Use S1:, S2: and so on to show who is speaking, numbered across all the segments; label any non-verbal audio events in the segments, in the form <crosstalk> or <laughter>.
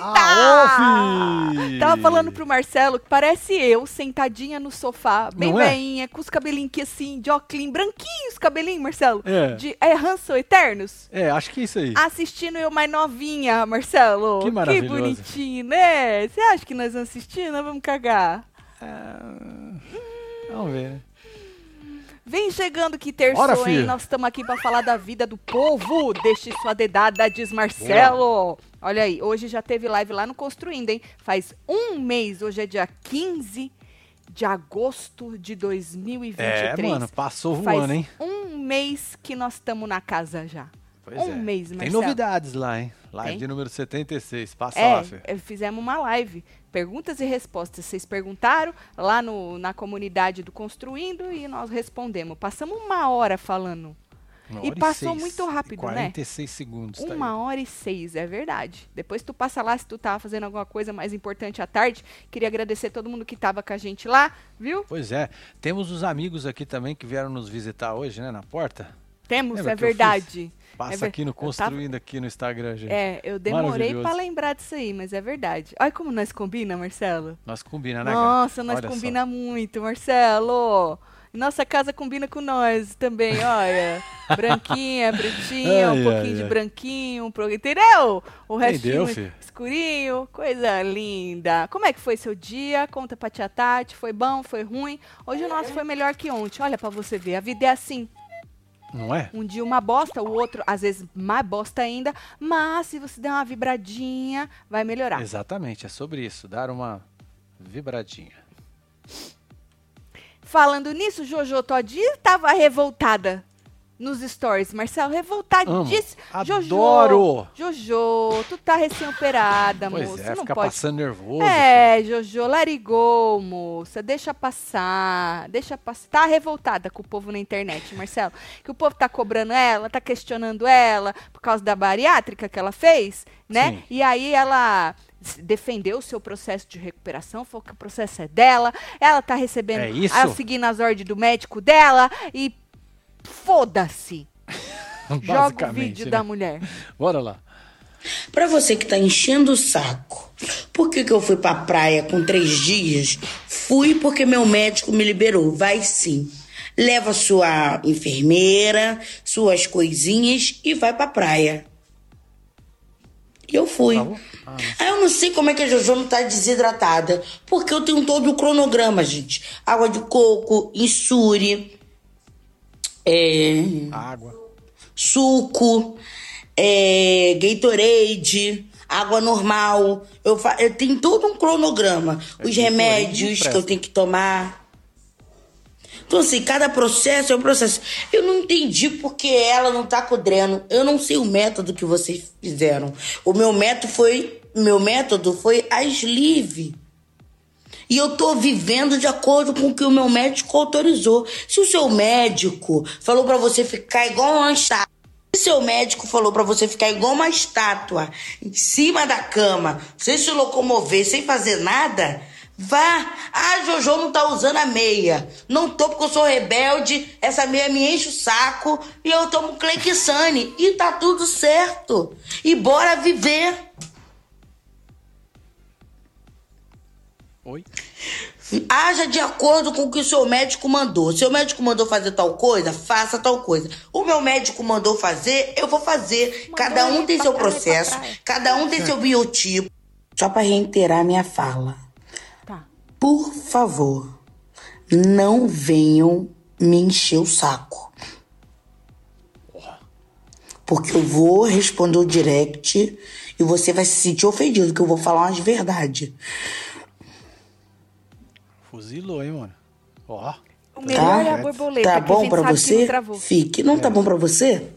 S1: tá!
S2: Ah,
S1: Tava falando pro Marcelo que parece eu, sentadinha no sofá, bem
S2: Não é?
S1: veinha, com os cabelinhos que assim, de óculos, branquinhos cabelinhos, Marcelo.
S2: É.
S1: De, é Hanson Eternos?
S2: É, acho que é isso
S1: Ah,
S2: aí.
S1: Assistindo eu mais novinha, Marcelo.
S2: Que maravilhosa.
S1: bonitinho, né? Você acha que nós vamos assistir? Nós vamos cagar.
S2: Vamos ver, né?
S1: Vem chegando que terçou,
S2: Bora,
S1: hein?
S2: filho.
S1: Nós estamos aqui para falar da vida do povo. Deixe sua dedada, diz Marcelo. Olha aí, hoje já teve live lá no Construindo, hein? Faz um mês, hoje é dia 15 de agosto de 2023.
S2: É, mano, passou
S1: Faz
S2: voando, hein?
S1: um mês que nós estamos na casa já.
S2: Pois
S1: um
S2: é.
S1: mês,
S2: Tem
S1: Marcelo.
S2: novidades lá, hein? Live
S1: Tem?
S2: de número 76. Passa lá, Fê.
S1: É, é, fizemos uma live. Perguntas e respostas. Vocês perguntaram lá no- na comunidade do Construindo e nós respondemos. Passamos uma hora falando.
S2: Uma
S1: e
S2: hora
S1: passou
S2: seis,
S1: muito rápido,
S2: e
S1: né?
S2: 46 segundos, tá
S1: Uma
S2: aí.
S1: hora e seis, é verdade. Depois tu passa lá se tu tava fazendo alguma coisa mais importante à tarde. Queria agradecer todo mundo que tava com a gente lá, viu?
S2: Pois é. Temos os amigos aqui também que vieram nos visitar hoje, né? Na porta.
S1: Temos,
S2: Lembra
S1: é
S2: que eu fiz?
S1: verdade.
S2: Passa
S1: É ver-
S2: aqui no
S1: eu tava-
S2: Construindo, aqui no Instagram, gente.
S1: É, eu demorei
S2: Maravilhoso.
S1: pra lembrar disso aí, mas é verdade. Olha como nós combina, Marcelo.
S2: Nós combina, né, cara?
S1: Nossa, nós
S2: Olha só.
S1: combina muito, Marcelo. Nossa casa combina com nós também,
S2: <laughs>
S1: olha. Branquinha, pretinha,
S2: Ai,
S1: um pouquinho
S2: ai,
S1: de
S2: ai.
S1: branquinho, um pro... entendeu? O
S2: Entendeu,
S1: restinho
S2: fi?
S1: escurinho, coisa linda. Como é que foi seu dia? Conta pra tia Tati, foi bom, foi ruim? Hoje o nosso foi melhor que ontem, olha pra você ver, a vida é assim.
S2: Não é?
S1: Um dia uma bosta, o outro às vezes mais bosta ainda, mas se você der uma vibradinha, vai melhorar.
S2: Exatamente, é sobre isso. Dar uma vibradinha.
S1: Falando nisso, Jojo Todinho estava revoltada nos stories. Marcelo, revoltadíssimo.
S2: Amo.
S1: Jojo,
S2: Adoro.
S1: Jojo, tu tá recém-operada,
S2: pois
S1: moça.
S2: é,
S1: não
S2: fica
S1: pode.
S2: passando nervoso. <laughs>
S1: É, Jojo, larigou, moça. Deixa passar. Deixa passar. Tá revoltada com o povo na internet, Marcelo. Que o povo tá cobrando ela, tá questionando ela por causa da bariátrica que ela fez, né?
S2: Sim.
S1: E aí ela s- defendeu o seu processo de recuperação, falou que o processo é dela, ela tá recebendo,
S2: É isso?
S1: ela seguindo as ordens do médico dela e foda-se.
S2: filho.
S1: Joga o
S2: Basicamente,
S1: vídeo
S2: né?
S1: da mulher.
S2: Bora lá.
S3: Pra você que tá enchendo o saco, por que, que eu fui pra praia com três dias? Fui porque meu médico me liberou. Vai sim. Leva sua enfermeira, suas coisinhas e vai pra praia. E eu fui.
S2: Tá bom? Ah,
S3: Aí eu não sei como é que a Jojo não tá desidratada. Porque eu tenho um todo o cronograma, gente. Água de coco, insure, é,
S2: água.
S3: suco, é, Gatorade, água normal. Eu, fa- eu tenho todo um cronograma. Os
S2: É Gatorade não
S3: remédios que eu
S2: presta.
S3: tenho que tomar. Então, assim, cada processo é um processo. Eu não entendi porque ela não tá com o dreno. Eu não sei o método que vocês fizeram. O meu método foi. Meu método foi a sleeve. E eu tô vivendo de acordo com o que o meu médico autorizou. Se o seu médico falou pra você ficar igual uma estátua, se seu médico falou pra você ficar igual uma estátua em cima da cama, sem se locomover, sem fazer nada, vá. Ah, Jojo não tá usando a meia. Não tô porque eu sou rebelde, essa meia me enche o saco e eu tomo Clequissane. E tá tudo certo. E bora viver.
S2: Oi?
S3: Haja de acordo com o que o seu médico mandou. Seu médico mandou fazer tal coisa, faça tal coisa. O meu médico mandou fazer, eu vou fazer.
S1: Mandou
S3: cada
S1: ir
S3: um tem
S1: pra
S3: seu
S1: cá, vai pra
S3: processo,
S1: praia.
S3: cada um tem seu biotipo. Só pra reiterar minha fala.
S1: Tá.
S3: Por favor, não venham me encher o saco. Porque eu vou responder o direct e você vai se sentir ofendido, que eu vou falar umas verdades.
S2: Fuzilou, hein, mano? Ó.
S1: O melhor é a
S2: Tá
S1: borboleta,
S3: Tá
S1: que a
S3: bom
S1: gente
S3: pra
S1: sabe que
S3: você?
S1: não travou.
S3: Fique. Não tá bom pra você?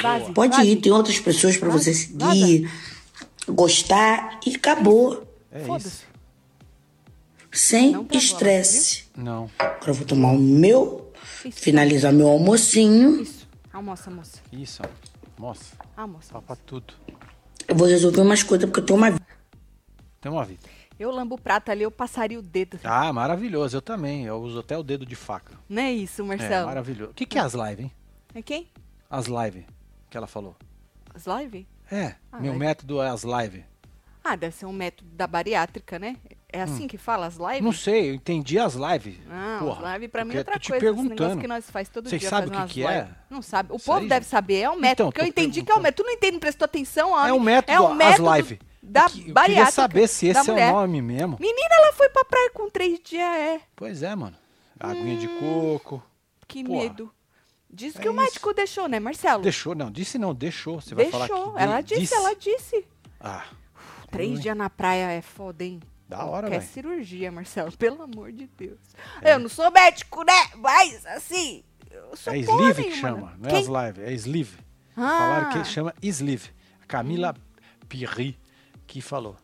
S1: Vaze,
S3: Pode
S1: vaze.
S3: ir, tem outras pessoas pra
S1: Vaza,
S3: você seguir, gostar e acabou.
S2: É
S1: Foda-se.
S2: isso.
S1: Não
S3: Sem
S1: tá bom,
S3: estresse.
S2: Não.
S3: Agora eu vou tomar o meu,
S1: Isso.
S3: finalizar meu almocinho.
S1: Isso. Almoça, moça.
S2: Isso. ó. Nossa,
S1: Almoça.
S2: tá pra tudo.
S3: Eu vou resolver umas coisas porque eu tenho uma vida.
S2: Tem uma vida.
S1: Eu lambo o prato ali, eu passaria o dedo.
S2: Ah, maravilhoso. Eu também. Eu uso até o dedo de faca.
S1: Não é isso,
S2: É,
S1: Marcelo?
S2: maravilhoso. O que, que é as lives, hein?
S1: É, quem?
S2: As lives que ela falou.
S1: As live?
S2: É,
S1: Ah,
S2: meu
S1: live.
S2: método é as lives.
S1: Ah, deve ser um método da bariátrica, né? É assim que fala as lives?
S2: Hum. Não sei, eu entendi as lives.
S1: Não,
S2: porra,
S1: as lives pra mim é
S2: porque
S1: outra
S2: tô te
S1: coisa. Esse negócio
S2: perguntando.
S1: que nós faz todo
S2: Vocês
S1: dia.
S2: sabem
S1: faz
S2: o
S1: umas
S2: que que é?
S1: live. Não sabe. O
S2: Isso
S1: povo
S2: aí,
S1: deve
S2: gente.
S1: saber. É um método.
S2: Então,
S1: Porque eu
S2: tô
S1: entendi que é um
S2: perguntando.
S1: método. Tu não entende, prestou atenção, homem.
S2: É um método,
S1: É um método
S2: as lives.
S1: da
S2: Eu que- eu queria
S1: bariátrica
S2: saber se
S1: da
S2: esse é
S1: mulher.
S2: o nome mesmo.
S1: Menina, ela foi pra praia com três dias, é.
S2: Pois é, mano. Aguinha de
S1: Hum.
S2: coco.
S1: Que
S2: Porra.
S1: medo. Diz
S2: É
S1: que o médico deixou, né, Marcelo?
S2: Deixou, não, disse não, deixou. Você vai falar
S1: deixou.
S2: que de-
S1: ela disse, ela disse.
S2: Ah,
S1: Três
S2: hein?
S1: dias na praia é foda, hein?
S2: Da hora, É.
S1: Quer
S2: velho.
S1: cirurgia, Marcelo, <laughs> pelo amor de Deus. Eu não sou médico, né? Mas, assim, eu sou
S2: É
S1: porra
S2: sleeve que
S1: nenhuma, né?
S2: chama, não é
S1: Quem-
S2: as lives, é sleeve.
S1: Ah. Hum.
S2: Falaram que chama sleeve. A Camila Pirri que falou.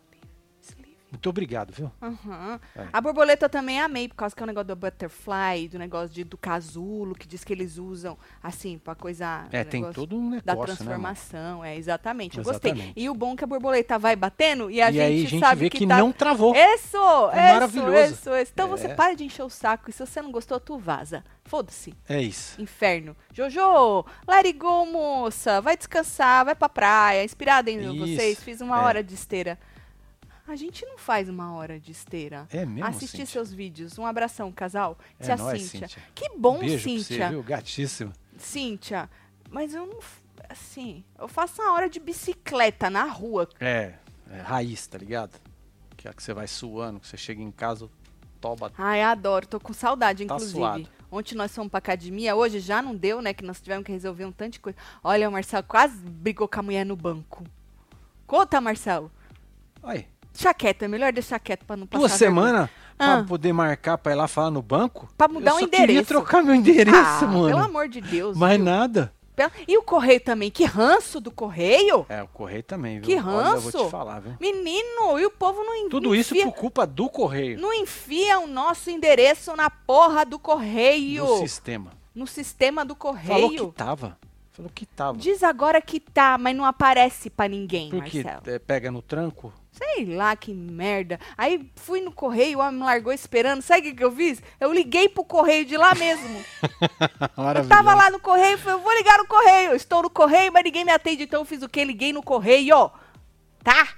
S1: Sleeve.
S2: Muito obrigado, viu?
S1: Aham.
S2: Vai.
S1: A borboleta eu também amei, por causa que é o negócio do butterfly, do negócio de, do casulo, que diz que eles usam, assim, pra coisa...
S2: É,
S1: o
S2: tem
S1: negócio
S2: todo
S1: Da
S2: um negócio, né, mano?
S1: transformação, é, exatamente. Eu gostei.
S2: Exatamente.
S1: E o bom é que a borboleta vai batendo e a
S2: e
S1: gente
S2: aí a gente
S1: sabe
S2: vê
S1: que,
S2: que,
S1: tá...
S2: não travou.
S1: Isso,
S2: maravilhoso.
S1: isso, isso, isso. Então você
S2: É.
S1: para de encher o saco e se você não gostou, tu vaza. Foda-se.
S2: É isso.
S1: Inferno. Jojo, larigou, moça. Vai descansar, vai pra praia. Inspirada em
S2: Isso,
S1: vocês. Fiz uma
S2: é.
S1: hora de esteira. A gente não faz uma hora de esteira.
S2: É mesmo,
S1: Assistir
S2: Cíntia?
S1: seus vídeos. Um abração, casal.
S2: É
S1: Tia
S2: nóis,
S1: Cíntia.
S2: Cíntia.
S1: Que bom,
S2: um beijo pra
S1: Cíntia.
S2: você, viu? Gatíssimo.
S1: Cíntia, mas eu não. f- Assim, eu faço uma hora de bicicleta na rua.
S2: É, é raiz, tá ligado? Que é a que você vai suando, que você chega em casa, toba.
S1: Ai, adoro, tô com saudade,
S2: Tá
S1: inclusive.
S2: suado.
S1: Ontem nós fomos pra academia, hoje já não deu, né? Que nós tivemos que resolver um tanto de coisa. Olha, o Marcelo quase brigou com a mulher no banco. Conta, Marcelo.
S2: Aí,
S1: Deixa quieto, é melhor deixar quieto pra não passar.
S2: duas
S1: vergonha.
S2: semanas
S1: Ah.
S2: pra poder marcar pra ir lá falar no banco?
S1: Pra mudar
S2: eu
S1: o
S2: só queria
S1: endereço.
S2: trocar meu endereço,
S1: ah, Pelo
S2: mano.
S1: amor de Deus.
S2: Mas
S1: viu?
S2: nada.
S1: Pelo- E o correio também, que ranço do correio?
S2: É, o correio também, viu?
S1: Que
S2: Olha, eu vou
S1: ranço.
S2: te falar, viu?
S1: Menino, e o povo não en-
S2: Tudo isso
S1: enfia,
S2: por culpa do correio,
S1: não enfia o nosso endereço na porra do correio.
S2: do sistema.
S1: No sistema do
S2: Falou
S1: correio.
S2: que tava. Falou que tava.
S1: Diz agora que tá, mas não aparece pra ninguém,
S2: Porque
S1: Marcelo.
S2: é, pega
S1: <laughs>
S2: no tranco.
S1: Sei lá que merda. Aí fui no correio, o homem me largou esperando. Sabe o que, que eu fiz? Eu liguei pro correio de lá mesmo. eu
S2: Ah, Maravilhoso.
S1: tava lá no correio, falei, eu vou ligar no correio. Estou no correio, mas ninguém me atende, então eu fiz o quê? Liguei no correio. Tá?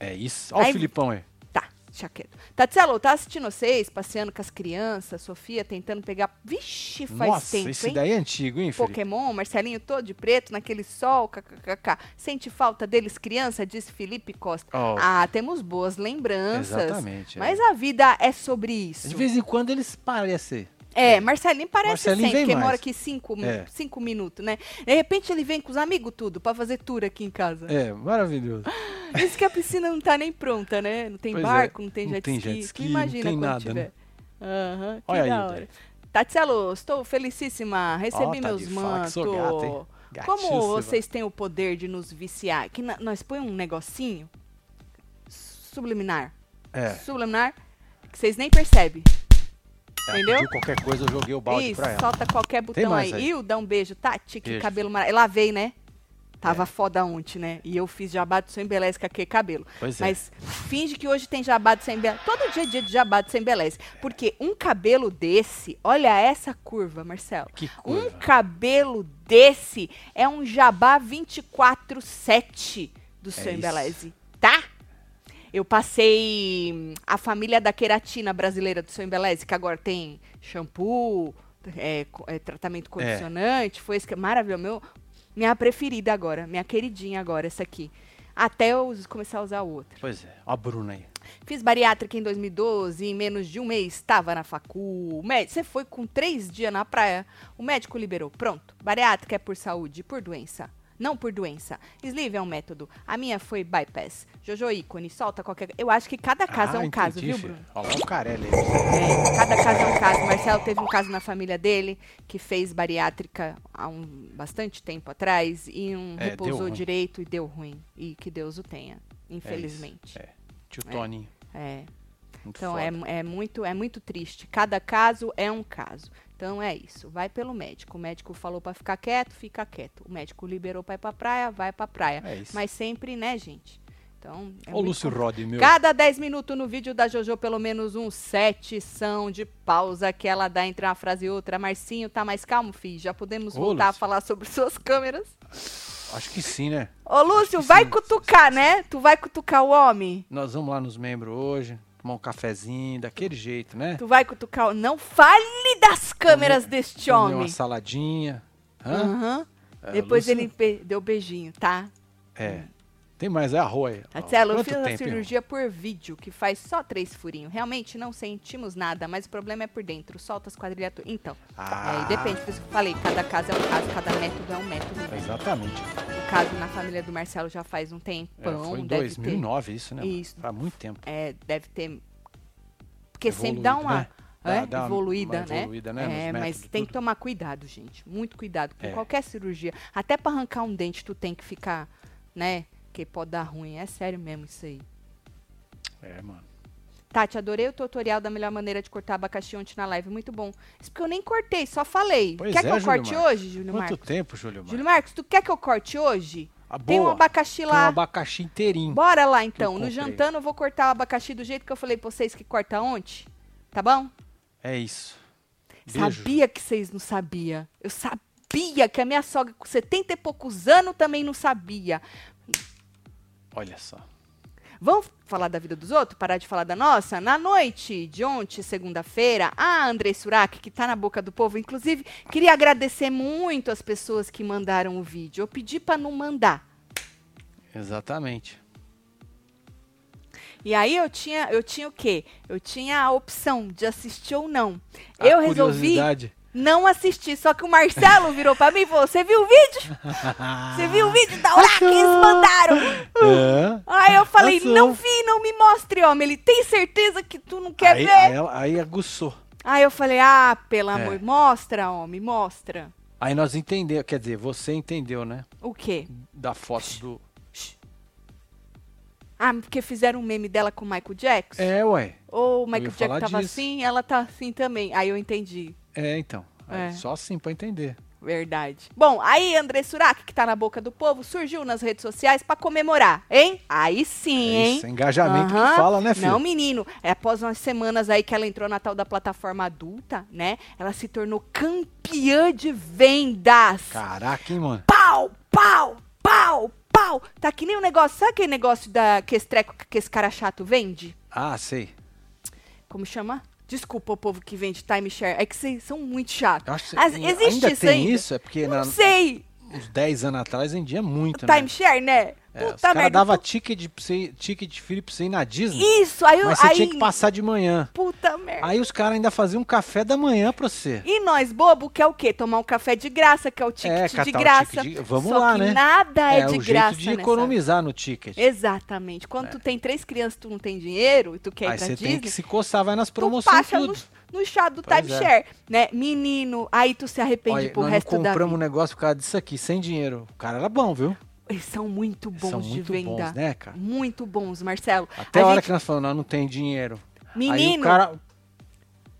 S2: É isso. Olha
S1: Aí-
S2: o Filipão aí.
S1: Tá, deixa quieto. Tatielo, tá assistindo vocês, passeando com as crianças, Sofia tentando pegar. Vixe, faz
S2: Nossa,
S1: tempo,
S2: esse
S1: hein?
S2: daí é antigo, hein, Felipe?
S1: Pokémon, Marcelinho todo de preto, naquele sol, kkkk. Sente falta deles, criança, diz Felipe Costa.
S2: Ó.
S1: Ah, temos boas lembranças.
S2: Exatamente, é.
S1: Mas a vida é sobre isso.
S2: De vez em quando eles parecem.
S1: É, Marcelinho parece
S2: Marcelinho
S1: sempre,
S2: vem
S1: porque
S2: mais.
S1: mora aqui cinco, mi-
S2: É.
S1: cinco minutos, né? De repente ele vem com os amigos tudo pra fazer tour aqui em casa.
S2: É, maravilhoso.
S1: Diz que a piscina não tá nem pronta, né? Não tem
S2: Pois é,
S1: barco, não tem
S2: não
S1: jet
S2: tem
S1: ski.
S2: jet
S1: Tu
S2: ski, não
S1: imagina
S2: tem
S1: quando
S2: nada,
S1: tiver.
S2: né?
S1: Aham, que
S2: Olha aí,
S1: da hora.
S2: Dani.
S1: Tatielo, estou felicíssima. Recebi
S2: Ó, tá
S1: meus
S2: de falar que
S1: mantos.
S2: sou gato, hein? Gatíssima.
S1: Como vocês têm o poder de nos viciar? Que na- nós põe um negocinho subliminar.
S2: É.
S1: Subliminar que vocês nem percebem.
S2: Ela
S1: Entendeu?
S2: pediu qualquer coisa, eu joguei o balde
S1: Isso,
S2: pra ela.
S1: solta qualquer botão
S2: mais
S1: aí.
S2: aí.
S1: Ilda, um beijo. Tati, que
S2: Beijo.
S1: cabelo maravilhoso. Lavei, né?
S2: É.
S1: Tava foda ontem, né? E eu fiz jabá do sem beleza com aquele cabelo.
S2: Pois é.
S1: Mas finge que hoje tem jabá do sem beleza. Todo dia é dia de jabá do sem beleza. Porque um cabelo desse, olha essa curva, Marcelo.
S2: Que
S1: Um
S2: curva.
S1: cabelo desse é um jabá 24-7 do seu
S2: É isso.
S1: Embeleze, tá? Eu passei hum, a família da queratina brasileira do seu Embeleze, que agora tem shampoo, é, co- é, tratamento condicionante, foi isso que maravilhoso. Meu, minha preferida agora, minha queridinha agora, essa aqui. Até eu us- começar a usar outra.
S2: Pois é. Ó a Bruna aí.
S1: Fiz bariátrica em 2012, em menos de um mês estava na facu. O mé- Você foi com três dias na praia, o médico liberou. Pronto, bariátrica é por saúde, por doença. Não por doença. Sleeve é um método. A minha foi bypass. Jojo ícone, solta qualquer... Eu acho que cada caso é um
S2: Ah, entendi,
S1: caso, viu,
S2: filho.
S1: Bruno?
S2: Ó lá o Carelli aí.
S1: É, cada caso é um caso. Marcelo teve um caso na família dele que fez bariátrica há um bastante tempo atrás e um
S2: É, deu
S1: repousou
S2: ruim.
S1: direito e deu ruim. E que Deus o tenha, infelizmente.
S2: É. Tio Toninho.
S1: é.
S2: Muito
S1: Então
S2: foda.
S1: é, mu- é muito é muito triste. Cada caso é um caso. Então é isso. Vai pelo médico. O médico falou pra ficar quieto, fica quieto. O médico liberou pra ir pra praia, vai pra praia.
S2: É isso.
S1: Mas sempre, né, gente? Então. É
S2: Ô,
S1: muito
S2: Lúcio
S1: complicado.
S2: Rod, meu.
S1: Cada 10 minutos no vídeo da JoJo, pelo menos uns 7 são de pausa que ela dá entre uma frase e outra. Marcinho, tá mais calmo, filho? Já podemos
S2: Ô,
S1: voltar a <laughs>
S2: Lúcio.
S1: falar sobre suas câmeras?
S2: Acho que sim, né?
S1: Ô, Lúcio, vai cutucar, né? Tu vai cutucar o homem?
S2: Nós vamos lá nos membros hoje, tomar um cafezinho, daquele jeito, né?
S1: Tu vai cutucar o... Não fale das câmeras deste
S2: Comer uma
S1: homem. Hum.
S2: saladinha. Hã?
S1: Aham.
S2: É,
S1: Depois
S2: Lúcio-
S1: ele be- deu beijinho, tá?
S2: É. Tem mais, é arroz.
S1: Marcelo, eu
S2: Quanto
S1: fiz a
S2: tempo, irmão?
S1: cirurgia por vídeo, que faz só três furinhos. Realmente não sentimos nada, mas o problema é por dentro. Solta as quadrilhaturas. Então,
S2: Ah.
S1: aí depende. Por isso que eu falei, cada caso é um caso, cada método é um método. né?
S2: Exatamente.
S1: O caso na família do Marcelo já faz um
S2: É,
S1: tempão.
S2: foi em
S1: deve
S2: 2009 isso, né?
S1: Isso.
S2: Há muito tempo.
S1: Ter, é, deve ter... Porque sempre dá
S2: Evoluído,
S1: uma...
S2: né? Dá-
S1: é,
S2: dá uma-
S1: evoluída,
S2: uma
S1: né?
S2: evoluída, né, nos
S1: É, mas
S2: métodos,
S1: tem
S2: tudo.
S1: que tomar cuidado, gente. Muito cuidado com
S2: É.
S1: qualquer cirurgia. Até pra arrancar um dente, tu tem que ficar, né? Porque pode dar ruim. É sério mesmo isso aí.
S2: É, mano.
S1: Tati, adorei o tutorial da melhor maneira de cortar abacaxi ontem na live. Muito bom. Isso porque eu nem cortei, só falei.
S2: Pois
S1: quer
S2: é,
S1: que eu
S2: Júlio
S1: corte
S2: Marcos.
S1: hoje, Júlio
S2: Quanto
S1: Marcos?
S2: tempo, Júlio Marcos?
S1: Júlio Marcos, tu quer que eu corte hoje?
S2: Ah,
S1: Tem um
S2: boa.
S1: abacaxi
S2: Tem um
S1: lá.
S2: abacaxi inteirinho.
S1: Bora lá então.
S2: eu
S1: No
S2: comprei.
S1: jantando eu vou cortar o abacaxi do jeito que eu falei pra vocês que corta ontem. Tá bom?
S2: É isso. Beijo.
S1: Sabia que vocês não sabiam. Eu sabia que a minha sogra com 70 e poucos anos também não sabia.
S2: Olha só.
S1: Vamos falar da vida dos outros? Parar de falar da nossa? Na noite de ontem, segunda-feira, a Andrei Surak, que tá na boca do povo, inclusive, queria agradecer muito as pessoas que mandaram o vídeo. Eu pedi pra não mandar.
S2: Exatamente.
S1: E aí eu tinha, eu tinha o quê? Eu tinha a opção de assistir ou não.
S2: A
S1: eu resolvi <laughs>
S2: curiosidade-
S1: não assistir, só que o Marcelo virou pra mim e falou: "Você viu o
S2: <laughs>
S1: vídeo? Você viu o vídeo da Surak que eles mandaram?"
S2: É.
S1: Aí eu falei:
S2: Passou.
S1: "Não vi, não me mostre, homem. Ele tem certeza que tu não quer
S2: aí,
S1: ver?"
S2: aí, ela- aí aguçou.
S1: Aí eu falei, ah, pelo
S2: É.
S1: amor, mostra, homem, mostra.
S2: Aí nós entendemos, quer dizer, você entendeu, né?
S1: O quê?
S2: Da foto do.
S1: Ah, porque fizeram um meme dela com o Michael Jackson?
S2: É, ué.
S1: Ou o
S2: ia
S1: Michael Jackson
S2: falar
S1: tava
S2: disso.
S1: assim, ela tá assim também. Aí eu entendi.
S2: É, então. Aí
S1: É.
S2: Só assim pra entender.
S1: Verdade. Bom, aí André Surak, que tá na boca do povo, surgiu nas redes sociais pra comemorar, hein? Aí sim,
S2: É
S1: hein?
S2: isso, é engajamento
S1: Aham.
S2: que fala, né, filho?
S1: Não, menino. É, após umas semanas aí que ela entrou na tal da plataforma adulta, né? Ela se tornou campeã de vendas.
S2: Caraca, hein, mano?
S1: pau, pau, pau, pau. Tá que nem o negócio, sabe aquele negócio da, que esse treco que esse cara chato vende?
S2: Ah, sei.
S1: Como chama? Desculpa o povo que vende timeshare, é que vocês são muito chatos.
S2: Eu acho que
S1: As-
S2: você-
S1: existe
S2: ainda
S1: isso
S2: tem
S1: ainda?
S2: isso? É porque
S1: Não
S2: na-
S1: sei,
S2: uns 10 anos atrás vendia muito, né?
S1: timeshare, né?
S2: É, os
S1: Puta
S2: caras
S1: merda.
S2: davam ticket, pra você ir- ticket de filho pra você ir na Disney,
S1: Isso, aí... eu-
S2: mas você
S1: aí
S2: tinha que passar de manhã.
S1: Puta merda.
S2: Aí os caras ainda faziam um café da manhã pra você.
S1: E nós, bobo, quer o quê? Tomar um café de graça, que é o
S2: É,
S1: ticket
S2: catar
S1: de
S2: o
S1: graça.
S2: ticket de- vamos
S1: Só
S2: lá,
S1: que
S2: né?
S1: nada é, de
S2: o
S1: graça
S2: jeito de
S1: nessa-
S2: economizar no ticket.
S1: Exatamente. Quando tu tem três crianças, tu não tem dinheiro e tu quer
S2: Aí
S1: ir pra
S2: você
S1: Disney,
S2: tem que se coçar, vai nas
S1: tu
S2: promoções
S1: pacha no,
S2: tudo.
S1: no chá do
S2: Pois é.
S1: timeshare, né? Menino, aí tu se arrepende
S2: Olha,
S1: pro
S2: nós
S1: tipo, resto
S2: não
S1: da
S2: compramos um
S1: vida.
S2: negócio por causa disso aqui, sem dinheiro. O cara era bom, viu?
S1: Eles são muito bons
S2: São
S1: de
S2: muito
S1: venda.
S2: bons, né, cara?
S1: Muito bons, Marcelo.
S2: Até a, hora
S1: gente-
S2: que nós falamos, nós não tem dinheiro. Aí o
S1: Menino,
S2: cara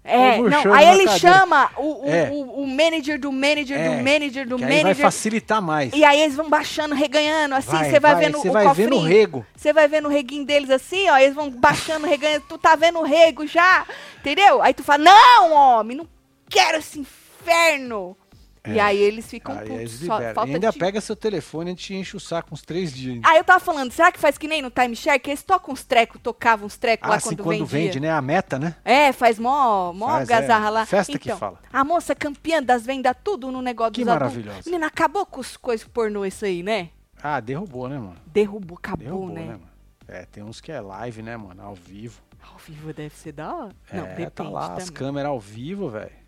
S1: é, não,
S2: o bruxão
S1: aí
S2: na
S1: ele
S2: cadeira.
S1: chama o, o,
S2: É.
S1: o, o manager do manager do
S2: É,
S1: manager do
S2: que aí vai
S1: manager.
S2: facilitar mais.
S1: E aí eles vão baixando, reganhando, assim,
S2: Vai,
S1: você vai,
S2: vai,
S1: vendo
S2: você
S1: o
S2: vai vendo
S1: cofrinho.
S2: o rego.
S1: Você vai vendo o reguinho deles assim, ó, eles vão baixando, reganhando, tu tá vendo o rego já, entendeu? Aí tu fala, não, homem, não quero esse inferno. E aí eles ficam
S2: É. Aí
S1: putos,
S2: eles
S1: só
S2: liberam.
S1: falta
S2: E ainda
S1: de...
S2: pega seu telefone e te enche o saco uns três dias.
S1: Aí eu tava falando, será que faz que nem no timeshare, que eles tocam uns trecos, tocavam uns trecos lá
S2: Ah, assim,
S1: quando,
S2: quando
S1: vendia?
S2: vende, né? A meta, né?
S1: É, faz mó, mó
S2: Faz, é.
S1: gazarra lá.
S2: Festa que
S1: então,
S2: fala.
S1: A moça campeã das vendas, tudo no negócio
S2: Que
S1: dos adultos.
S2: maravilhosa.
S1: Menina, acabou com os coisas pornô isso aí, né?
S2: Ah, derrubou, né, mano?
S1: Derrubou, acabou,
S2: Derrubou,
S1: né?
S2: né? mano? É, tem uns que é live, né, mano? Ao vivo.
S1: Ao vivo deve ser da hora. Não,
S2: é,
S1: depende
S2: tá lá as
S1: também.
S2: câmeras ao vivo, velho.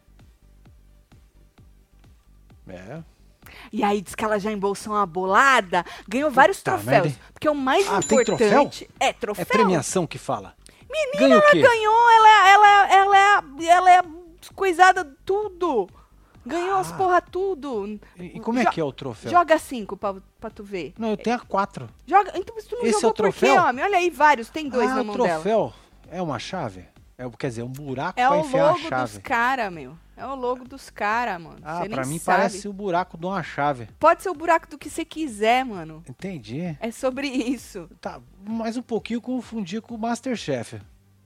S2: É.
S1: E aí diz que ela já embolsou uma bolada, ganhou vários
S2: Puta
S1: troféus.
S2: merda, hein?
S1: Porque o mais
S2: Ah, tem
S1: importante
S2: troféu?
S1: é troféu.
S2: É premiação que fala.
S1: Menina,
S2: Ganha o
S1: ela
S2: quê?
S1: ganhou, ela, ela, ela, é- ela é coisada tudo. Ganhou as
S2: Ah.
S1: porra tudo.
S2: E, e como é
S1: Jo-
S2: que é o troféu?
S1: Joga cinco pra, pra tu ver.
S2: Não, eu tenho a quatro.
S1: Joga. Então, se tu não
S2: Esse é o
S1: jogou por quê,
S2: troféu?
S1: homem? Olha aí, vários. Tem dois
S2: ah,
S1: na
S2: o
S1: mão dela.
S2: troféu é uma chave? É, quer dizer, um buraco
S1: É
S2: pra
S1: o
S2: enfiar a
S1: logo dos
S2: chave.
S1: caras, meu. É o logo dos caras, mano.
S2: Ah,
S1: Você
S2: pra
S1: nem
S2: mim
S1: sabe.
S2: parece o buraco de uma chave.
S1: Pode ser o buraco do que você quiser, mano.
S2: Entendi.
S1: É sobre isso.
S2: Tá, mais um pouquinho confundir com o Masterchef.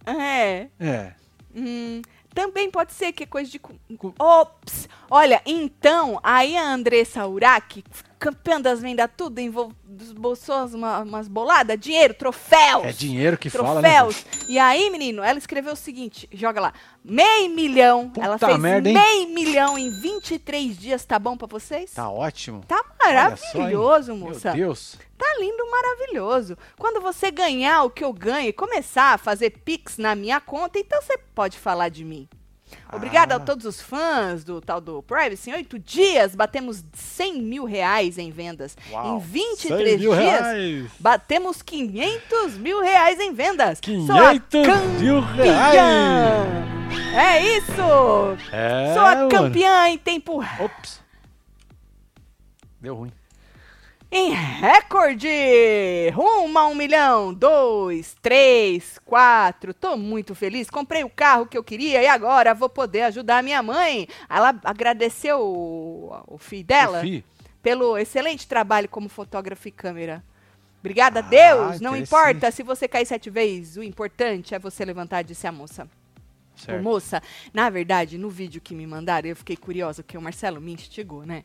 S1: É.
S2: É.
S1: Hum, também pode ser que é coisa de. cu-
S2: Cu-
S1: Ops! Olha, então, aí a Andressa Urach campeão das vendas, tudo, embolsou uma, umas boladas, dinheiro, troféus.
S2: É dinheiro que
S1: troféus.
S2: fala, né? gente?
S1: E aí, menino, ela escreveu o seguinte, joga lá, meio milhão,
S2: Puta
S1: ela fez
S2: merda, hein?
S1: meio milhão em 23 dias, tá bom pra vocês?
S2: Tá ótimo.
S1: Tá
S2: Olha só, hein?
S1: maravilhoso, moça.
S2: Meu Deus.
S1: Tá lindo, maravilhoso. Quando você ganhar o que eu ganho e começar a fazer pix na minha conta, então você pode falar de mim. Obrigada a
S2: Ah.
S1: todos os fãs do tal do Privacy. Em oito dias, batemos 100 mil reais em vendas.
S2: Uau.
S4: 100
S1: Em 23
S4: mil
S1: dias,
S4: reais.
S1: batemos 500 mil reais em vendas. Sou a
S4: 500 mil reais.
S1: campeã! É isso!
S4: É,
S1: Sou a
S4: mano.
S1: campeã em tempo
S2: Ops. Deu ruim.
S1: Em recorde! Rumo a um milhão, dois, três, quatro. Tô muito feliz. Comprei o carro que eu queria e agora vou poder ajudar a minha mãe. Ela agradeceu o, o filho dela
S2: Fi,
S1: pelo excelente trabalho como fotógrafa e câmera. Obrigada a Deus. Não
S2: Ah, interessante.
S1: importa se você cair sete vezes. O importante é você levantar, disse a moça. Ô,
S2: certo.
S1: moça, na verdade, no vídeo que me mandaram, eu fiquei curiosa, porque o Marcelo me instigou, né?